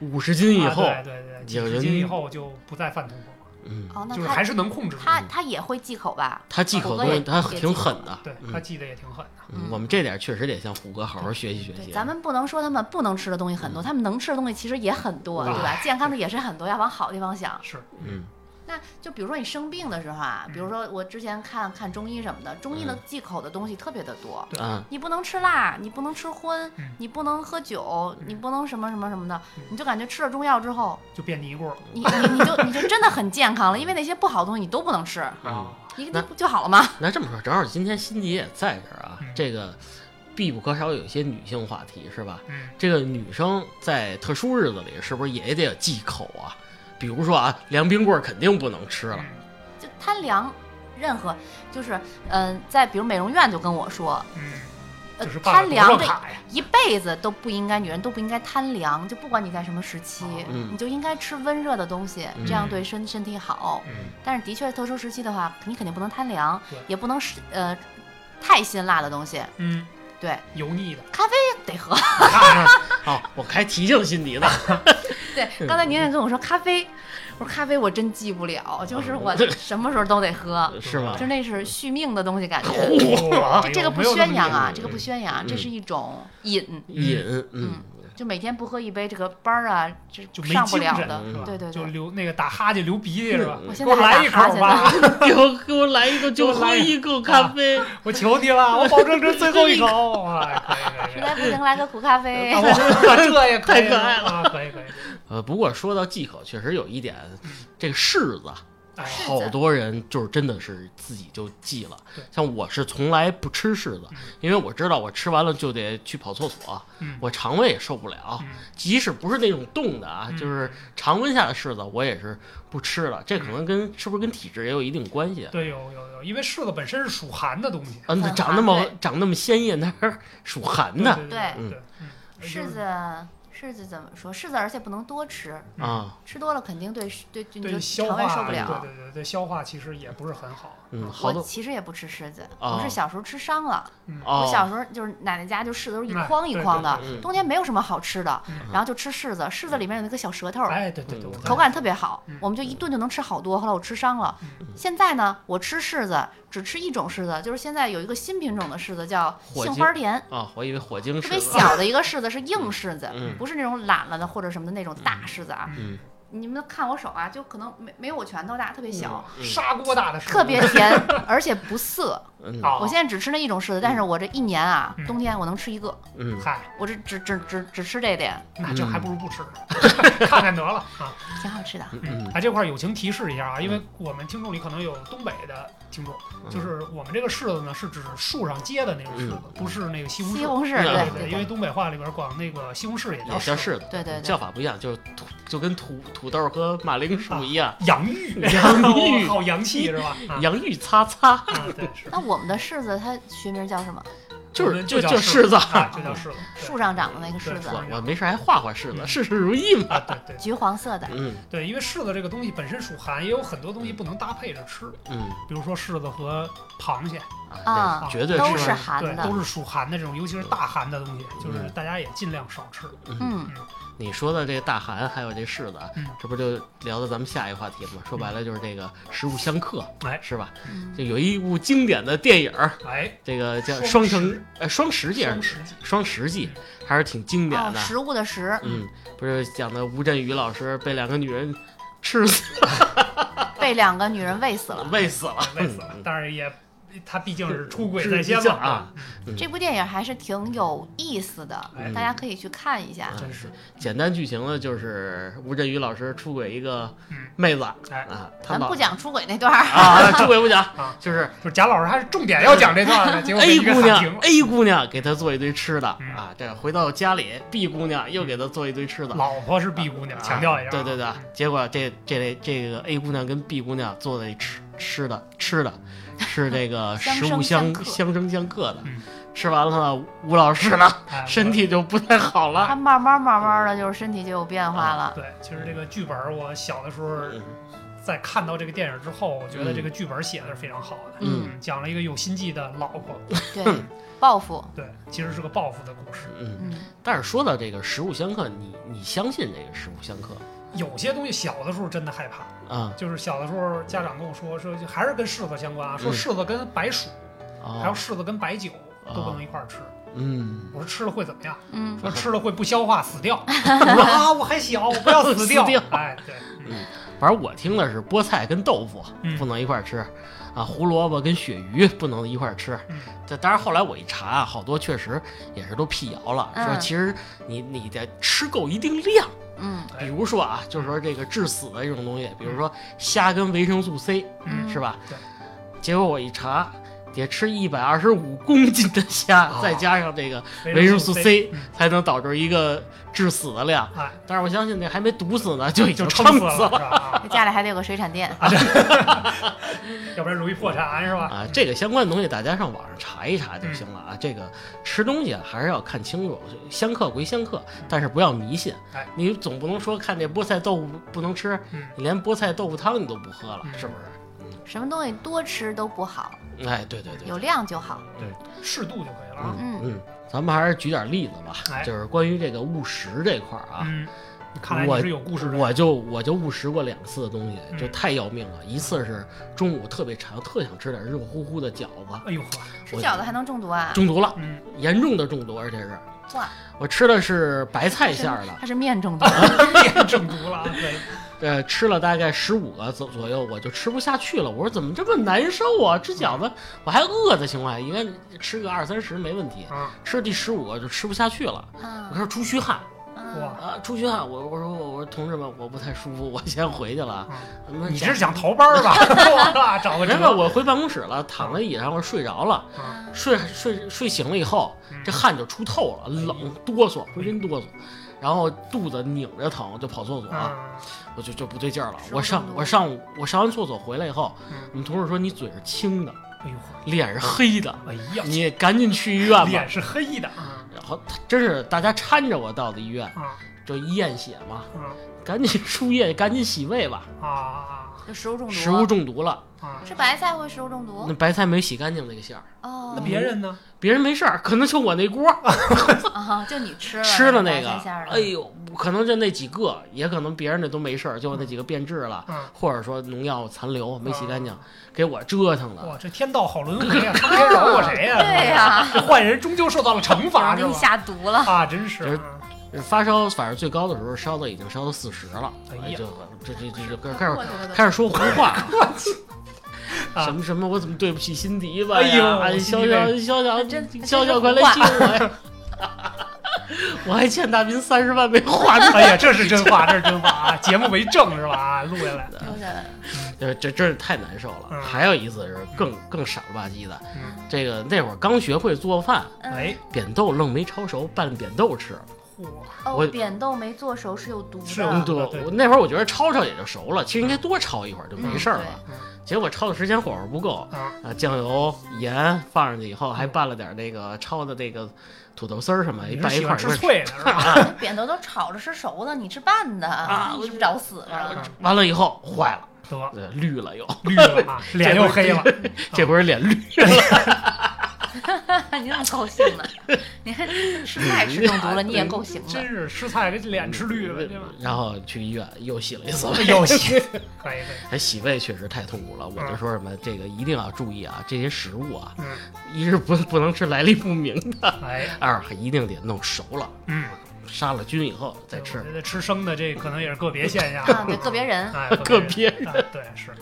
S1: 五十斤以后，
S3: 啊对对对，几
S1: 有
S3: 十
S1: 人
S3: 斤以后就不再犯痛风了，
S1: 嗯，
S2: 哦，那
S3: 就是
S2: 他
S3: 还是能嗯控制住。
S2: 他他也会忌口吧？
S1: 他忌口
S2: 虎哥
S1: 东西
S2: 也
S1: 他
S2: 也
S1: 挺
S2: 忌口
S1: 狠的，
S3: 对
S1: 嗯
S3: 他记得也挺狠的，
S1: 嗯
S2: 嗯
S1: 我们这点确实得向虎哥好好学习学
S2: 对，
S1: 习。啊
S2: 咱们不能说他们不能吃的东西很多，他们能吃的东西其实也很多，
S1: 哇
S2: 对吧？健康的也是很多，要往好地方想。
S3: 是
S1: 嗯，
S2: 那就比如说你生病的时候啊，比如说我之前看看中医什么的，中医的忌口的东西特别的多，
S3: 对
S1: 啊，
S2: 你不能吃辣，你不能吃荤
S3: 嗯，
S2: 你不能喝酒，
S3: 嗯
S2: 你不能什么什么什么的
S3: 嗯，
S2: 你就感觉吃了中药之后，
S3: 就变尼姑了
S2: 你你你就你就真的很健康了，因为那些不好的东西你都不能吃，
S1: 嗯
S3: 啊。
S2: 你
S1: 那
S2: 你不就好了吗？
S1: 那这么说，正好今天辛迪也在这儿啊，
S3: 嗯
S1: 这个必不可少有一些女性话题是吧？
S3: 嗯，
S1: 这个女生在特殊日子里是不是也得有忌口啊？比如说啊，凉冰棍儿肯定不能吃了，
S2: 就贪凉，任何就是嗯、在比如美容院就跟我说，
S3: 嗯，
S2: 呃
S3: 就是，办
S2: 贪
S3: 了多
S2: 凉
S3: 少
S2: 这
S3: 卡呀？
S2: 一辈子都不应该，女人都不应该贪凉，就不管你在什么时期，
S3: 哦
S1: 嗯
S2: 你就应该吃温热的东西，
S1: 嗯
S2: 这样对身身体好。
S3: 嗯，
S2: 但是的确，特殊时期的话，你肯定不能贪凉
S3: 对，
S2: 也不能是呃太辛辣的东西，
S3: 嗯，
S2: 对，
S3: 油腻 的，
S2: 得喝。
S1: 好、我还提醒辛 迪呢，
S2: 对，
S3: 嗯
S2: 刚才您也跟我说咖啡，我说咖啡我真忌不了，
S3: 嗯
S2: 就是我什么时候都得喝，
S1: 是吗
S2: 就？那是续命的东西，感觉。
S3: 哇哎
S2: 这个不
S3: 没有那么嗯
S2: 宣扬啊，
S1: 厉害
S2: 这个不宣扬啊，这是一种瘾，
S1: 瘾，嗯
S2: 嗯，就每天不喝一杯，这个班儿啊，这
S3: 就没
S2: 上不
S3: 精
S2: 了
S3: 神
S2: 的。
S3: 是吧？
S2: 对对对
S3: 就流那个打哈欠流鼻涕是吧？
S1: 嗯
S2: 我
S3: 给
S2: 现在
S3: 我来
S2: 还
S3: 一
S2: 打哈
S3: 口
S2: 欠
S3: 吧，
S2: 呢，
S1: 给我给我来一个，就
S3: 嗯给我
S1: 喝
S3: 来
S1: 一口咖啡，
S3: 我求你了，我保证这是最后 一口。哎可
S2: 实
S3: 以可以可以，
S2: 在不行来个苦咖啡
S3: 啊。我这也可以
S1: 太可爱了
S3: 啊，可以可以。
S1: 呃，不过说到忌口，确实有一点，这个柿子，
S3: 哎
S2: 柿子
S1: 好多人就是真的是自己就忌了
S3: 对。
S1: 像我是从来不吃柿子
S3: 嗯，
S1: 因为我知道我吃完了就得去跑厕所
S3: 嗯，
S1: 我肠胃也受不了。
S3: 嗯
S1: 即使不是那种冻的啊，
S3: 嗯
S1: 就是常温下的柿子，我也是不吃了。这可能跟是不是跟体质也有一定关系啊？
S3: 对，有有有，因为柿子本身是属寒的东西。
S1: 啊，那
S2: 很
S1: 长
S2: 寒
S1: 那么
S2: 对
S1: 长那么鲜艳，它是属寒
S3: 对
S1: 的
S3: 对
S1: 嗯
S3: 对，嗯
S2: 柿子，柿子怎么说？柿子而且不能多吃，
S3: 嗯
S1: 啊。
S2: 吃多了肯定对对对
S3: 就是
S2: 你
S3: 对
S2: 就
S3: 消
S2: 肠
S3: 化
S2: 胃受不了
S3: 对。对对对，消化其实也不是很好。啊
S1: 嗯，好
S2: 我
S1: 多
S2: 其实也不吃柿子，
S1: 哦
S2: 我是小时候吃伤了。
S3: 嗯
S2: 我小
S1: 哦，嗯
S2: 时候就是奶奶家就柿子都是一
S3: 哎
S2: 筐一
S3: 对
S2: 筐
S3: 对
S2: 的
S1: 对对，
S2: 冬天没有什么好吃的
S3: 嗯，
S2: 然后就吃柿子，柿子里面有那个小舌头，
S3: 哎，对对对，
S1: 嗯
S3: 我
S2: 口感特别好
S3: 嗯，
S2: 我们就一顿就能吃好多。后来我吃伤了
S3: 嗯，
S2: 现在呢，我吃柿子只吃一种柿子，就是现在有一个新品种的柿子叫
S1: 火
S2: 杏
S1: 鸡
S2: 花田，
S1: 啊，我以为火晶
S2: 特别
S1: 柿子。
S2: 小的一个柿子是硬柿子，
S1: 嗯
S2: 不是那种懒了的或者什么的那种大柿子啊。
S1: 嗯，
S2: 你们看我手啊，就可能没没有我拳头大，特别小，
S1: 嗯
S3: 砂锅大的柿子，
S2: 特别 甜，而且不涩。
S1: 嗯
S3: 啊。
S2: 我现在只吃那一种柿子，但是我这一年啊
S3: 嗯，
S2: 冬天我能吃一个，
S1: 嗯，
S3: 嗨，
S2: 我这只只只只吃这点，
S3: 那这还不如不吃， 看看得了啊。
S2: 挺好吃的。
S1: 嗯
S3: 哎，这块儿友情提示一下啊，因为我们听众里可能有东北的听众，
S2: 嗯
S1: 嗯
S3: 就是我们这个柿子呢，是指树上结的那种柿子，
S1: 嗯
S3: 不是那个西红柿。
S2: 西红柿，
S1: 嗯
S2: 对
S3: 对
S2: 对
S3: 因
S2: 对
S3: 为东北话里边管那个西红柿也叫
S1: 也叫柿
S3: 柿，
S1: 子，
S2: 对对对
S1: 叫法不一样，就是土就跟土土豆和马铃
S2: 啊
S1: 薯一样，
S3: 洋芋，
S1: 洋芋
S3: 好洋气 是吧？啊
S1: 洋芋擦擦，
S3: 啊，对， 是
S2: 那我们的柿子它学名叫什么？
S1: 就是
S3: 就
S1: 就
S3: 叫
S1: 就
S3: 柿
S1: 柿子。
S3: 啊，就叫柿子，
S2: 树上长的那个柿子
S3: 对，
S1: 我我没事还画画柿
S2: 嗯
S1: 子，事事如意嘛。
S3: 啊，对对
S2: 橘黄色的。
S1: 嗯
S3: 对，因为柿子这个东西本身属寒，也有很多东西不能搭配着吃，
S1: 嗯
S3: 比如说柿子和螃蟹，
S2: 啊
S1: 对，绝对
S2: 都
S1: 是
S2: 是寒
S3: 对，
S2: 的
S3: 都。是属寒的这种，尤其是大寒的东西，就是
S1: 嗯
S3: 大家也尽量少吃。
S1: 嗯，
S2: 嗯，
S1: 你说的这个大寒还有这柿子啊
S3: 嗯，
S1: 这不就聊到咱们下一话题了吗？说白了就是这个食物相克，
S3: 哎
S1: 是吧？
S2: 嗯
S1: 就有一部经典的电影儿，
S3: 哎，
S1: 这个叫《
S3: 双
S1: 双
S3: 十
S1: 城》呃《双十记》还是
S3: 双十记，
S1: 《双十记》，还是挺经典
S2: 哦，
S1: 的。
S2: 食物的食，
S1: 嗯，不是讲的吴镇宇老师被两个女人吃死
S2: 被两个女人喂死了。
S1: 喂死了，
S3: 累死了，但是也他毕竟是出轨
S1: 啊嗯是
S3: 在先
S1: 是
S3: 嘛
S1: 啊，嗯
S2: 这部电影还是挺有意思的，
S1: 嗯
S2: 大家可以去看一下。
S1: 啊
S3: 哎真是
S1: 简单剧情呢，就是吴镇宇老师出轨一个
S3: 嗯
S1: 妹子
S3: 哎
S1: 啊，他
S2: 咱
S1: 老
S2: 不讲出轨那段儿，
S1: 啊，出轨不讲
S3: 啊，
S1: 就是
S3: 就是贾老师还是重点要讲这段 呢，结果被
S1: A
S3: 一个
S1: 姑
S3: 喊
S1: 娘
S3: 停。
S1: ，A 姑娘给他做一堆吃的
S3: 嗯
S1: 啊，这回到家里，B 姑娘又给他做一堆吃的。
S3: 老婆是 B 姑娘，强调一下啊。
S1: 对对对，结果这这这个 A 姑娘跟 B 姑娘做的吃吃的吃的是这 个
S2: 相
S1: 食物相
S2: 生相克
S1: 相生相克的
S3: 嗯，
S1: 吃完了吴老师呢
S3: 哎
S1: 身体就不太好
S2: 他
S1: 了。
S2: 慢慢慢慢的就是身体就有变化
S1: 啊
S2: 了。
S3: 对，其实这个剧本，我小的时候
S1: 嗯
S3: 在看到这个电影之后，我觉得这个剧本写的是非常好的。
S1: 嗯，
S3: 讲了一个有心计的老婆，
S2: 对，报复，
S3: 对，其实是个报复的故事。
S1: 嗯，
S2: 嗯，
S1: 但是说到这个食物相克，你你相信这个食物相克
S3: 有些东西小的时候真的害怕，
S1: 啊？
S3: 就是小的时候家长跟我说说，就还是跟柿子相关啊，说
S1: 嗯
S3: 柿子跟白薯，还有
S1: 哦，
S3: 柿子跟白酒
S1: 啊
S3: 都不能一块儿吃。
S1: 嗯，
S3: 我说吃了会怎么 样？
S2: 嗯，
S3: 说吃了会不消化死掉。我说啊，我还小，我不要死 掉
S1: 死掉。
S3: 哎，对， 嗯
S1: 反正我听的是菠菜跟豆腐
S3: 嗯
S1: 不能一块儿吃，啊，胡萝卜跟鳕鱼 不能一块儿吃。
S3: 嗯
S1: 这当然后来我一查啊，好多确实也是都辟谣了，
S2: 嗯
S1: 说其实你你得吃够一定量，
S2: 嗯，
S3: 哎
S1: 比如说啊，就是说这个致死的这种东西，比如说虾跟维生素 C
S2: 嗯
S1: 是吧？
S3: 对。
S1: 结果我一查，得吃一百二十五公斤的虾，
S3: 哦
S1: 再加上这个维
S3: 维
S1: 生
S3: 生
S1: 素
S3: 素
S1: C，
S3: 嗯
S1: 才能导致一个致死的量。
S3: 哎，
S1: 但是我相信那还没毒死呢， 就已经
S3: 就
S1: 撑
S3: 撑
S1: 死
S3: 死了，是
S1: 了
S3: 吧？啊
S2: 这家里还得有个水产店，
S3: 要不然容易破产，是吧？
S1: 啊。这个相关的东西大家上网上查一查就行了
S3: 嗯
S1: 啊。这个吃东西啊还是要看清楚，相克归相克，但是不要迷信
S3: 嗯哎。
S1: 你总不能说看这菠菜豆腐不能吃，
S3: 嗯
S1: 你连菠菜豆腐汤你都不喝了，
S3: 嗯
S1: 是不是？
S2: 什么东西多吃都不好，
S1: 哎，对对对，
S2: 有量就好。
S3: 适度就可以了啊。
S1: 嗯
S2: 嗯
S1: 嗯，咱们还是举点例子吧，
S3: 哎
S1: 就是关于这个误食这块儿啊。
S3: 嗯，看来
S1: 我
S3: 你是有故事的。
S1: 我就我就误食过两次的东西，
S3: 嗯
S1: 就太要命了。一次是中午特别馋，特想吃点热乎乎的饺子，
S3: 哎呦呵，
S2: 吃饺子还能中毒啊？
S1: 中毒了，
S3: 嗯，
S1: 严重的中毒，而且是
S2: 哇，
S1: 我吃的是白菜馅儿的，
S2: 它是面中毒，
S3: 面中毒了啊，对，
S1: 呃，吃了大概十五个左左右，我就吃不下去了。我说怎么这么难受啊？
S3: 嗯
S1: 吃饺子我还饿的情况下，应该吃个二三十没问题，
S3: 啊，
S1: 吃第十五个就吃不下去了，我开
S2: 嗯
S1: 始出虚汗。
S2: 嗯，
S1: 啊，出去啊！我我说我我说同志们，我不太舒服，我先回去了啊。咱们
S3: 嗯你
S1: 讲
S3: 这是想逃班 儿吧？是吧找个
S1: 没
S3: 辙
S1: 有，我回办公室了，躺在椅子上，我睡着了，
S3: 啊
S1: 睡睡睡醒了以后，
S3: 嗯哎
S1: 这汗就出透了，冷哆嗦，浑身哆嗦，然后肚子拧着疼，我就跑厕所，
S3: 啊，
S1: 我就就不对劲儿了。
S2: 吃
S1: 我
S2: 不
S1: 上
S2: 动
S1: 我上我上完厕所回来以后，
S3: 嗯
S1: 我们同事说你嘴是青的，
S3: 哎呦呵，
S1: 脸是黑的，
S3: 哎
S2: 嗯
S3: 呀，
S1: 你赶紧去医院吧。
S3: 脸是黑的啊
S1: 然后他真是大家搀着我到的医院，
S3: 啊
S1: 就一验血嘛，
S3: 啊
S1: 赶紧输液，赶紧洗胃吧。
S3: 啊
S2: 就食物中毒。哦
S1: 食物中毒了，
S3: 啊！
S2: 吃白菜会食物中
S1: 那
S2: 毒
S1: 白菜没洗干净那个馅儿，
S2: 哦
S3: 那别人呢？
S1: 别人没事儿，可能就我那锅儿
S2: 啊，就你吃了
S1: 吃了那
S2: 白
S1: 个
S2: 菜馅儿，的
S1: 哎呦，可能就那几个，也可能别人那都没事儿，就我那几个变质了，
S3: 嗯
S1: 或者说农药残留没洗
S2: 哦
S1: 干净，给我折腾的。
S3: 哇，这天道好轮回啊！他们该饶过谁呀？
S2: 对呀
S3: 这坏人终究受到了惩罚，
S2: 给
S3: 是
S2: 你
S3: 吧？
S2: 下毒了。
S3: 啊，真是
S1: 就是
S3: 啊
S1: 发烧，反正最高的时候烧到已经烧到四十了，
S3: 哎呀
S1: 就这这这这开开始
S2: 我的我的
S1: 开始说胡 话，
S3: 啊
S1: 什么什么，我怎么对不起辛迪吧
S3: 哎呦
S1: 呀？哎，
S3: 辛
S1: 潇
S3: 迪
S1: 潇潇潇
S2: 真真
S1: 潇
S2: 是
S1: 潇，快
S2: 胡
S1: 来
S2: 话
S1: 接我呀！ 我还欠大斌三十万没还呢。
S3: 哎呀，这是真话，这是真话啊！节目为证是吧？啊，录下来。
S2: 留下来
S1: 这这真是太难受了。
S3: 嗯
S1: 还有一次是更更傻了吧唧的，
S3: 嗯，
S1: 这个那会儿刚学会做饭，
S2: 嗯
S3: 哎，
S1: 扁豆愣没焯熟，拌扁豆吃。
S3: 嚯，
S2: 哦
S1: 我，
S2: 扁豆没做熟是有毒的，
S3: 是有毒
S1: 嗯对，
S3: 对
S1: 我那会儿我觉得焯焯也就熟了，其实应该多焯一会儿就没事儿了。
S3: 嗯
S1: 结果焯的时间火候不够，
S3: 啊，
S1: 啊，酱油、盐放上去以后，还拌了点那个焯的这个土豆丝儿什么，一
S3: 嗯你是
S1: 拌一
S3: 喜
S1: 块
S3: 欢
S1: 儿一
S3: 吃
S1: 块儿吃。
S3: 脆的是吧？
S2: 对那啊扁豆都炒着吃熟的，你吃拌的，
S1: 啊
S2: 你是不是找死了？
S1: 完了以后坏了，
S3: 得
S1: 对，绿了又，
S3: 绿 了啊，脸又黑了。
S1: 这回是脸绿。
S2: 你怎么高兴 呢？你看吃菜吃中毒了，你也够行
S3: 真
S2: 的。
S3: 是吃菜给脸吃绿了，对吧？
S1: 然后去医院又洗了一次
S3: 哎
S1: 胃，
S3: 呦，行，可以可以，
S1: 哎，洗胃确实太痛苦了。我就说什么，这个一定要注意啊，这些食物啊，
S3: 嗯，
S1: 一是不不能吃来历不明的，
S3: 哎，
S1: 二一定得弄熟了，
S3: 嗯，
S1: 杀了菌以后再吃
S3: 我。觉得吃 生
S2: 啊
S3: 的这可能也是个别现象啊
S2: 啊，对，个别人
S3: 哎，
S1: 个
S3: 别
S1: 别
S3: 人，哎对，是，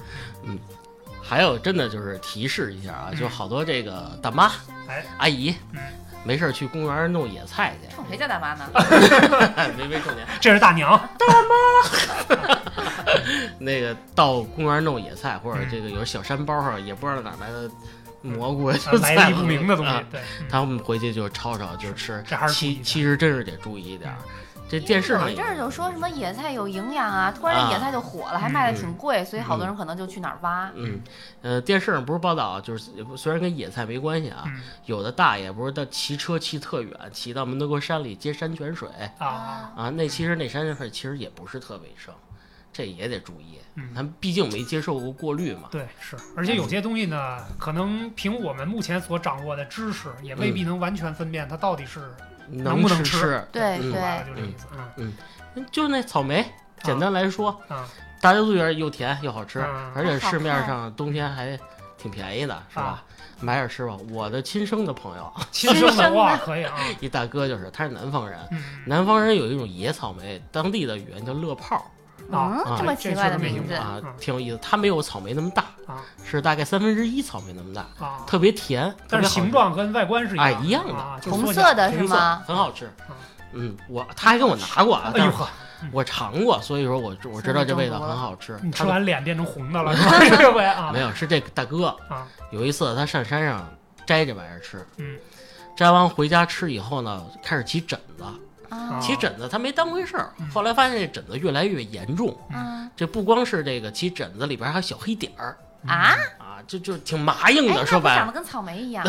S1: 还有真的就是提示一下啊，
S3: 嗯
S1: 就好多这个大妈、
S3: 哎
S1: 阿姨
S3: 嗯，
S1: 没事儿去公园弄野菜去，
S2: 冲谁叫大妈呢？
S1: 啊没没重点。
S3: 这是大 娘，
S1: 那个到公园弄野菜，或者
S3: 嗯
S1: 这个有小山包上，也不知道哪来的蘑菇，
S3: 啊
S1: 就
S3: 来
S1: 在
S3: 历不明的东西
S1: 啊。
S3: 对，嗯
S1: 他们回去就抄抄就吃
S3: 这还。是注意
S1: 其
S3: 的
S1: 其实真是得注意一点儿，这电视
S2: 有
S1: 上
S2: 一
S1: 也
S2: 阵儿就说什么野菜有营养啊，突然这野菜就火了，还卖的挺贵，所以好多人可能就去哪儿挖。
S1: 嗯，呃，电视上不是报道啊，就是虽然跟野菜没关系啊，
S3: 嗯
S1: 有的大爷不是到骑车骑特远，骑到门头沟山里接山泉水
S3: 啊，
S1: 啊，那其实那山泉水其实也不是特卫生，这也得注意，
S3: 嗯
S1: 他们毕竟没接受过过滤嘛。
S3: 对，是，而且有些东西呢，可能凭我们目前所掌握的知识，也未
S1: 嗯
S3: 必能完全分辨它到底是，能
S1: 能
S3: 不嗯
S1: 吃
S3: 能吃
S1: 是，
S2: 对
S1: 嗯
S3: 吧？
S2: 对，
S3: 就这意思，嗯
S1: 就那草莓，简单来说，
S3: 啊
S1: 大家都觉得又甜又好吃，
S3: 啊
S1: 而且市面上冬天还挺便宜的，是吧？
S3: 啊
S1: 买点吃吧。我的亲生的朋友，
S3: 亲生的哇，可以啊，
S1: 一大哥就是，他是南方人，
S3: 嗯，
S1: 南方人有一种野草莓，当地的语言叫乐泡
S3: 啊
S2: 嗯，这么奇怪的名字
S3: 对，
S1: 啊
S3: 嗯，
S1: 挺有意思。它没有草莓那么大，
S3: 啊
S1: 是大概三分之一草莓那么大，
S3: 啊，
S1: 特别甜，特
S3: 但
S1: 别
S3: 是
S1: 好吃
S3: 形状跟外观是
S1: 哎
S3: 一
S1: 一样的
S3: 啊就是
S2: 红
S3: 缩
S2: 色
S3: 小
S2: 的是
S1: 红色
S2: 吗？
S1: 很好吃
S3: 嗯。
S1: 嗯，我他还给我拿过啊，
S3: 哎
S1: 但
S3: 呦
S1: 是
S3: 呵，
S1: 我尝过，所以说我我知道这味道
S2: 中毒了
S1: 很好吃。
S3: 嗯你吃
S1: 他的
S3: 完脸变成 红的了是吧？这回啊，
S1: 没有，是这大哥
S3: 啊
S1: 有一次他上山上摘这玩意儿吃，
S3: 嗯，
S1: 摘完回家吃以后呢，开始起疹子，
S2: 啊
S1: 起疹子他没当回事儿
S3: 嗯，
S1: 后来发现这疹子越来越严重，
S2: 啊
S1: 这不光是这个起疹子里边还有小黑点儿
S2: 啊！
S1: 啊，就就挺麻硬
S2: 哎，
S1: 的，
S2: 那
S1: 说
S2: 不
S1: 白
S2: 长
S1: 了，
S2: 得跟草莓 一样，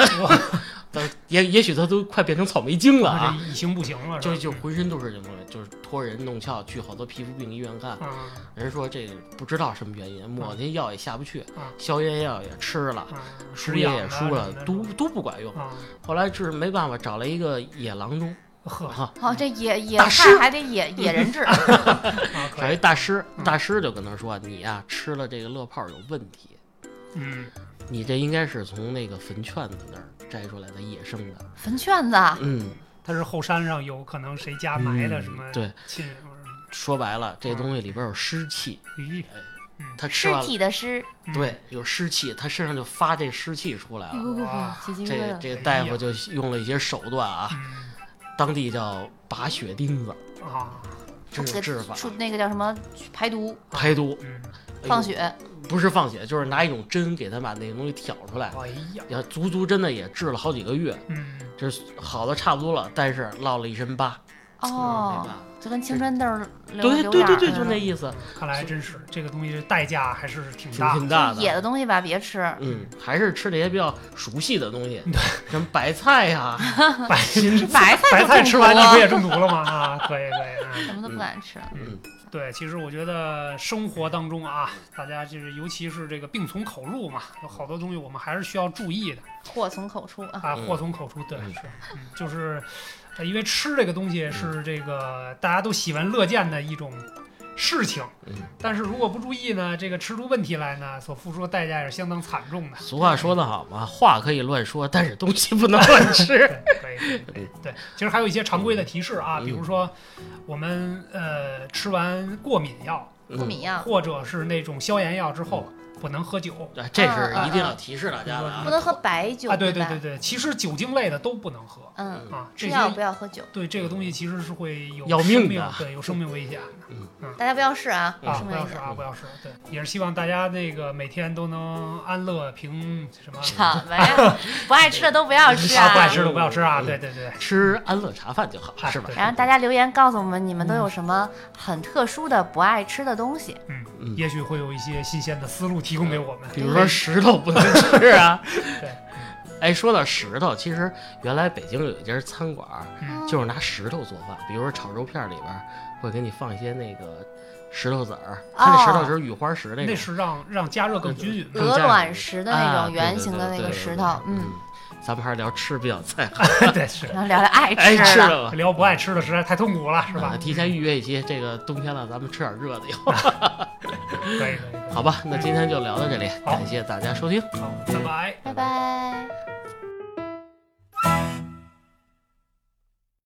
S1: 但也也许他都快变成草莓精了
S3: 啊
S1: 啊，
S3: 这一行不行了，
S1: 就就浑身都是这东西，就是托人弄翘，去好多皮肤病医院看，
S3: 啊
S1: 人说这个不知道什么原因，抹那药也下不去
S3: 嗯，
S1: 消炎药也吃了，
S3: 啊，
S1: 输
S3: 吃
S1: 液
S3: 氧
S1: 也
S3: 的
S1: 输了
S3: 什么，的
S1: 都都不管用。
S3: 啊，
S1: 后来就是没办法，找了一个野郎中，
S3: 呵啊，
S1: 哈，
S2: 哦，这野野
S1: 大
S2: 菜
S1: 师
S2: 还得野野 人治，
S3: 啊可
S1: 找
S3: 以
S1: 一大师
S3: 嗯，
S1: 大师就跟他说：“你呀、吃了这个乐泡有问题，
S3: 嗯，
S1: 你这应该是从那个坟圈子那儿摘出来的野生的。
S2: 坟圈子，”
S1: 嗯，
S3: 它是后山上有可能谁家埋的什么
S1: 嗯
S3: 嗯
S1: 对，
S3: 亲人或者什么
S1: 说白了，这东西里边有湿气，
S3: 咦，
S1: 他吃
S2: 尸
S1: 完了，
S2: 体的尸，
S3: 嗯
S1: 对，有湿气，他身上就发这湿气出来了。
S3: 哇
S2: 起鸡皮疙
S1: 啊这
S2: 瘩
S1: 这大夫就用了一些手段啊，
S3: 嗯
S1: 当地叫拔血钉子
S3: 啊，
S1: 这种治法
S2: 了，，出那个叫什么排毒、
S1: 排毒，
S3: 嗯，
S1: 哎哎呦
S2: 放血，
S1: 不是放血，就是拿一种针给他把那个东西挑出来，
S3: 哎呀，
S1: 也足足真的也治了好几个月，
S3: 嗯，
S1: 这好的差不多了，但是落了一身疤。
S2: 哦
S1: 没办法，
S2: 就跟青春痘儿
S1: 嗯
S2: 流
S1: 哎对
S2: 流
S1: 对
S2: 眼
S1: 对
S2: 儿嗯
S1: 对，
S2: 似
S1: 就
S2: 的
S1: 那意思，
S3: 看来真是这个东西代价还是挺
S1: 挺
S3: 大的
S1: 挺大
S2: 野
S1: 的。
S2: 的东西吧，别吃。
S1: 嗯，还是吃这些比较熟悉的东西，什么白菜呀、
S3: 白
S2: 吃白 菜
S3: 白
S2: 就
S3: 菜
S2: 中
S3: 吃完
S2: 毒
S3: 你不也中毒了吗？啊，可以可以，啊。
S2: 什么都不敢吃。
S1: 嗯，
S3: 对，其实我觉得生活当中啊，大家就是尤其是这个病从口入嘛，有好多东西我们还是需要注意的
S2: 祸从口出啊！
S3: 啊，
S1: 嗯
S3: 祸从口出，对，
S1: 嗯
S3: 是，嗯，就是，呃因为吃这个东西是这个大家都喜闻乐见的一种事情，
S1: 嗯
S3: 但是如果不注意呢，这个吃出问题来呢，所付出的代价也是相当惨重的。
S1: 俗话说得好嘛，话可以乱说，但是东西不能乱
S3: 对，
S1: 吃。
S3: 可以可以，可以对，其实还有一些常规的提示啊，
S1: 嗯
S3: 比如说我们呃吃完过敏药，
S1: 嗯
S2: 过敏药
S3: 或者是那种消炎药之后，不能喝酒。
S1: 啊嗯，这是一定要提示大家的
S3: 啊
S2: 不
S1: 啊。
S2: 能喝白酒
S3: 啊，对对
S2: 吧
S3: 对对，其实酒精类的都不能喝
S2: 嗯，
S3: 啊，这
S2: 吃
S3: 些
S2: 药不要喝酒，
S3: 对这个东西其实是会有
S1: 要
S3: 生
S1: 命的
S3: 命对有生 命危险的
S2: 大家不要试啊！
S1: 嗯
S3: 啊，
S2: 生
S3: 不
S2: 命
S3: 要
S2: 危
S3: 吃
S2: 险。
S3: 啊，不要吃，对，也是希望大家那个每天都能安乐平什么
S2: 什么呀？不爱吃的都不要吃
S3: 啊，不爱
S2: 啊！
S3: 吃的不要吃啊，
S1: 嗯
S3: 对对对，
S1: 吃安乐茶饭就好，
S3: 哎
S1: 是吧
S3: 对？
S2: 然后大家留言告诉我们，你们都有什么很特殊的不爱吃的东西？
S3: 嗯，
S1: 嗯
S3: 也许会有一些新鲜的思路提供给我们，
S1: 比
S2: 嗯
S1: 如说石头不能吃 啊。
S3: 对。
S1: 哎，说到石头，其实原来北京有一家餐馆儿，
S3: 嗯
S1: 就是拿石头做饭，比如说炒肉片儿里边儿会给你放一些那个石头子儿，
S2: 哦
S1: 它那石头就是雨花石那
S3: 那
S1: 种。
S3: 是让让加热更均匀的。
S2: 鹅卵石的那
S1: 啊
S2: 种圆形的那个石
S1: 对对对
S2: 头，，
S1: 对对
S2: 嗯，
S1: 对咱们还是聊吃比较在行。
S3: 对，是
S2: 然后聊聊爱
S1: 哎，
S2: 吃
S1: 吃
S2: 的。
S1: 了吧，
S3: 聊不爱吃的实在太痛苦啊了，是吧嗯
S1: 啊？提前预约一期，这个冬天了，咱们吃点热的以后，
S3: 可以可以，可以
S1: 好吧？那今天就聊到这里，
S3: 好
S1: 感谢大家收听。
S3: 好，拜拜。
S2: 拜拜。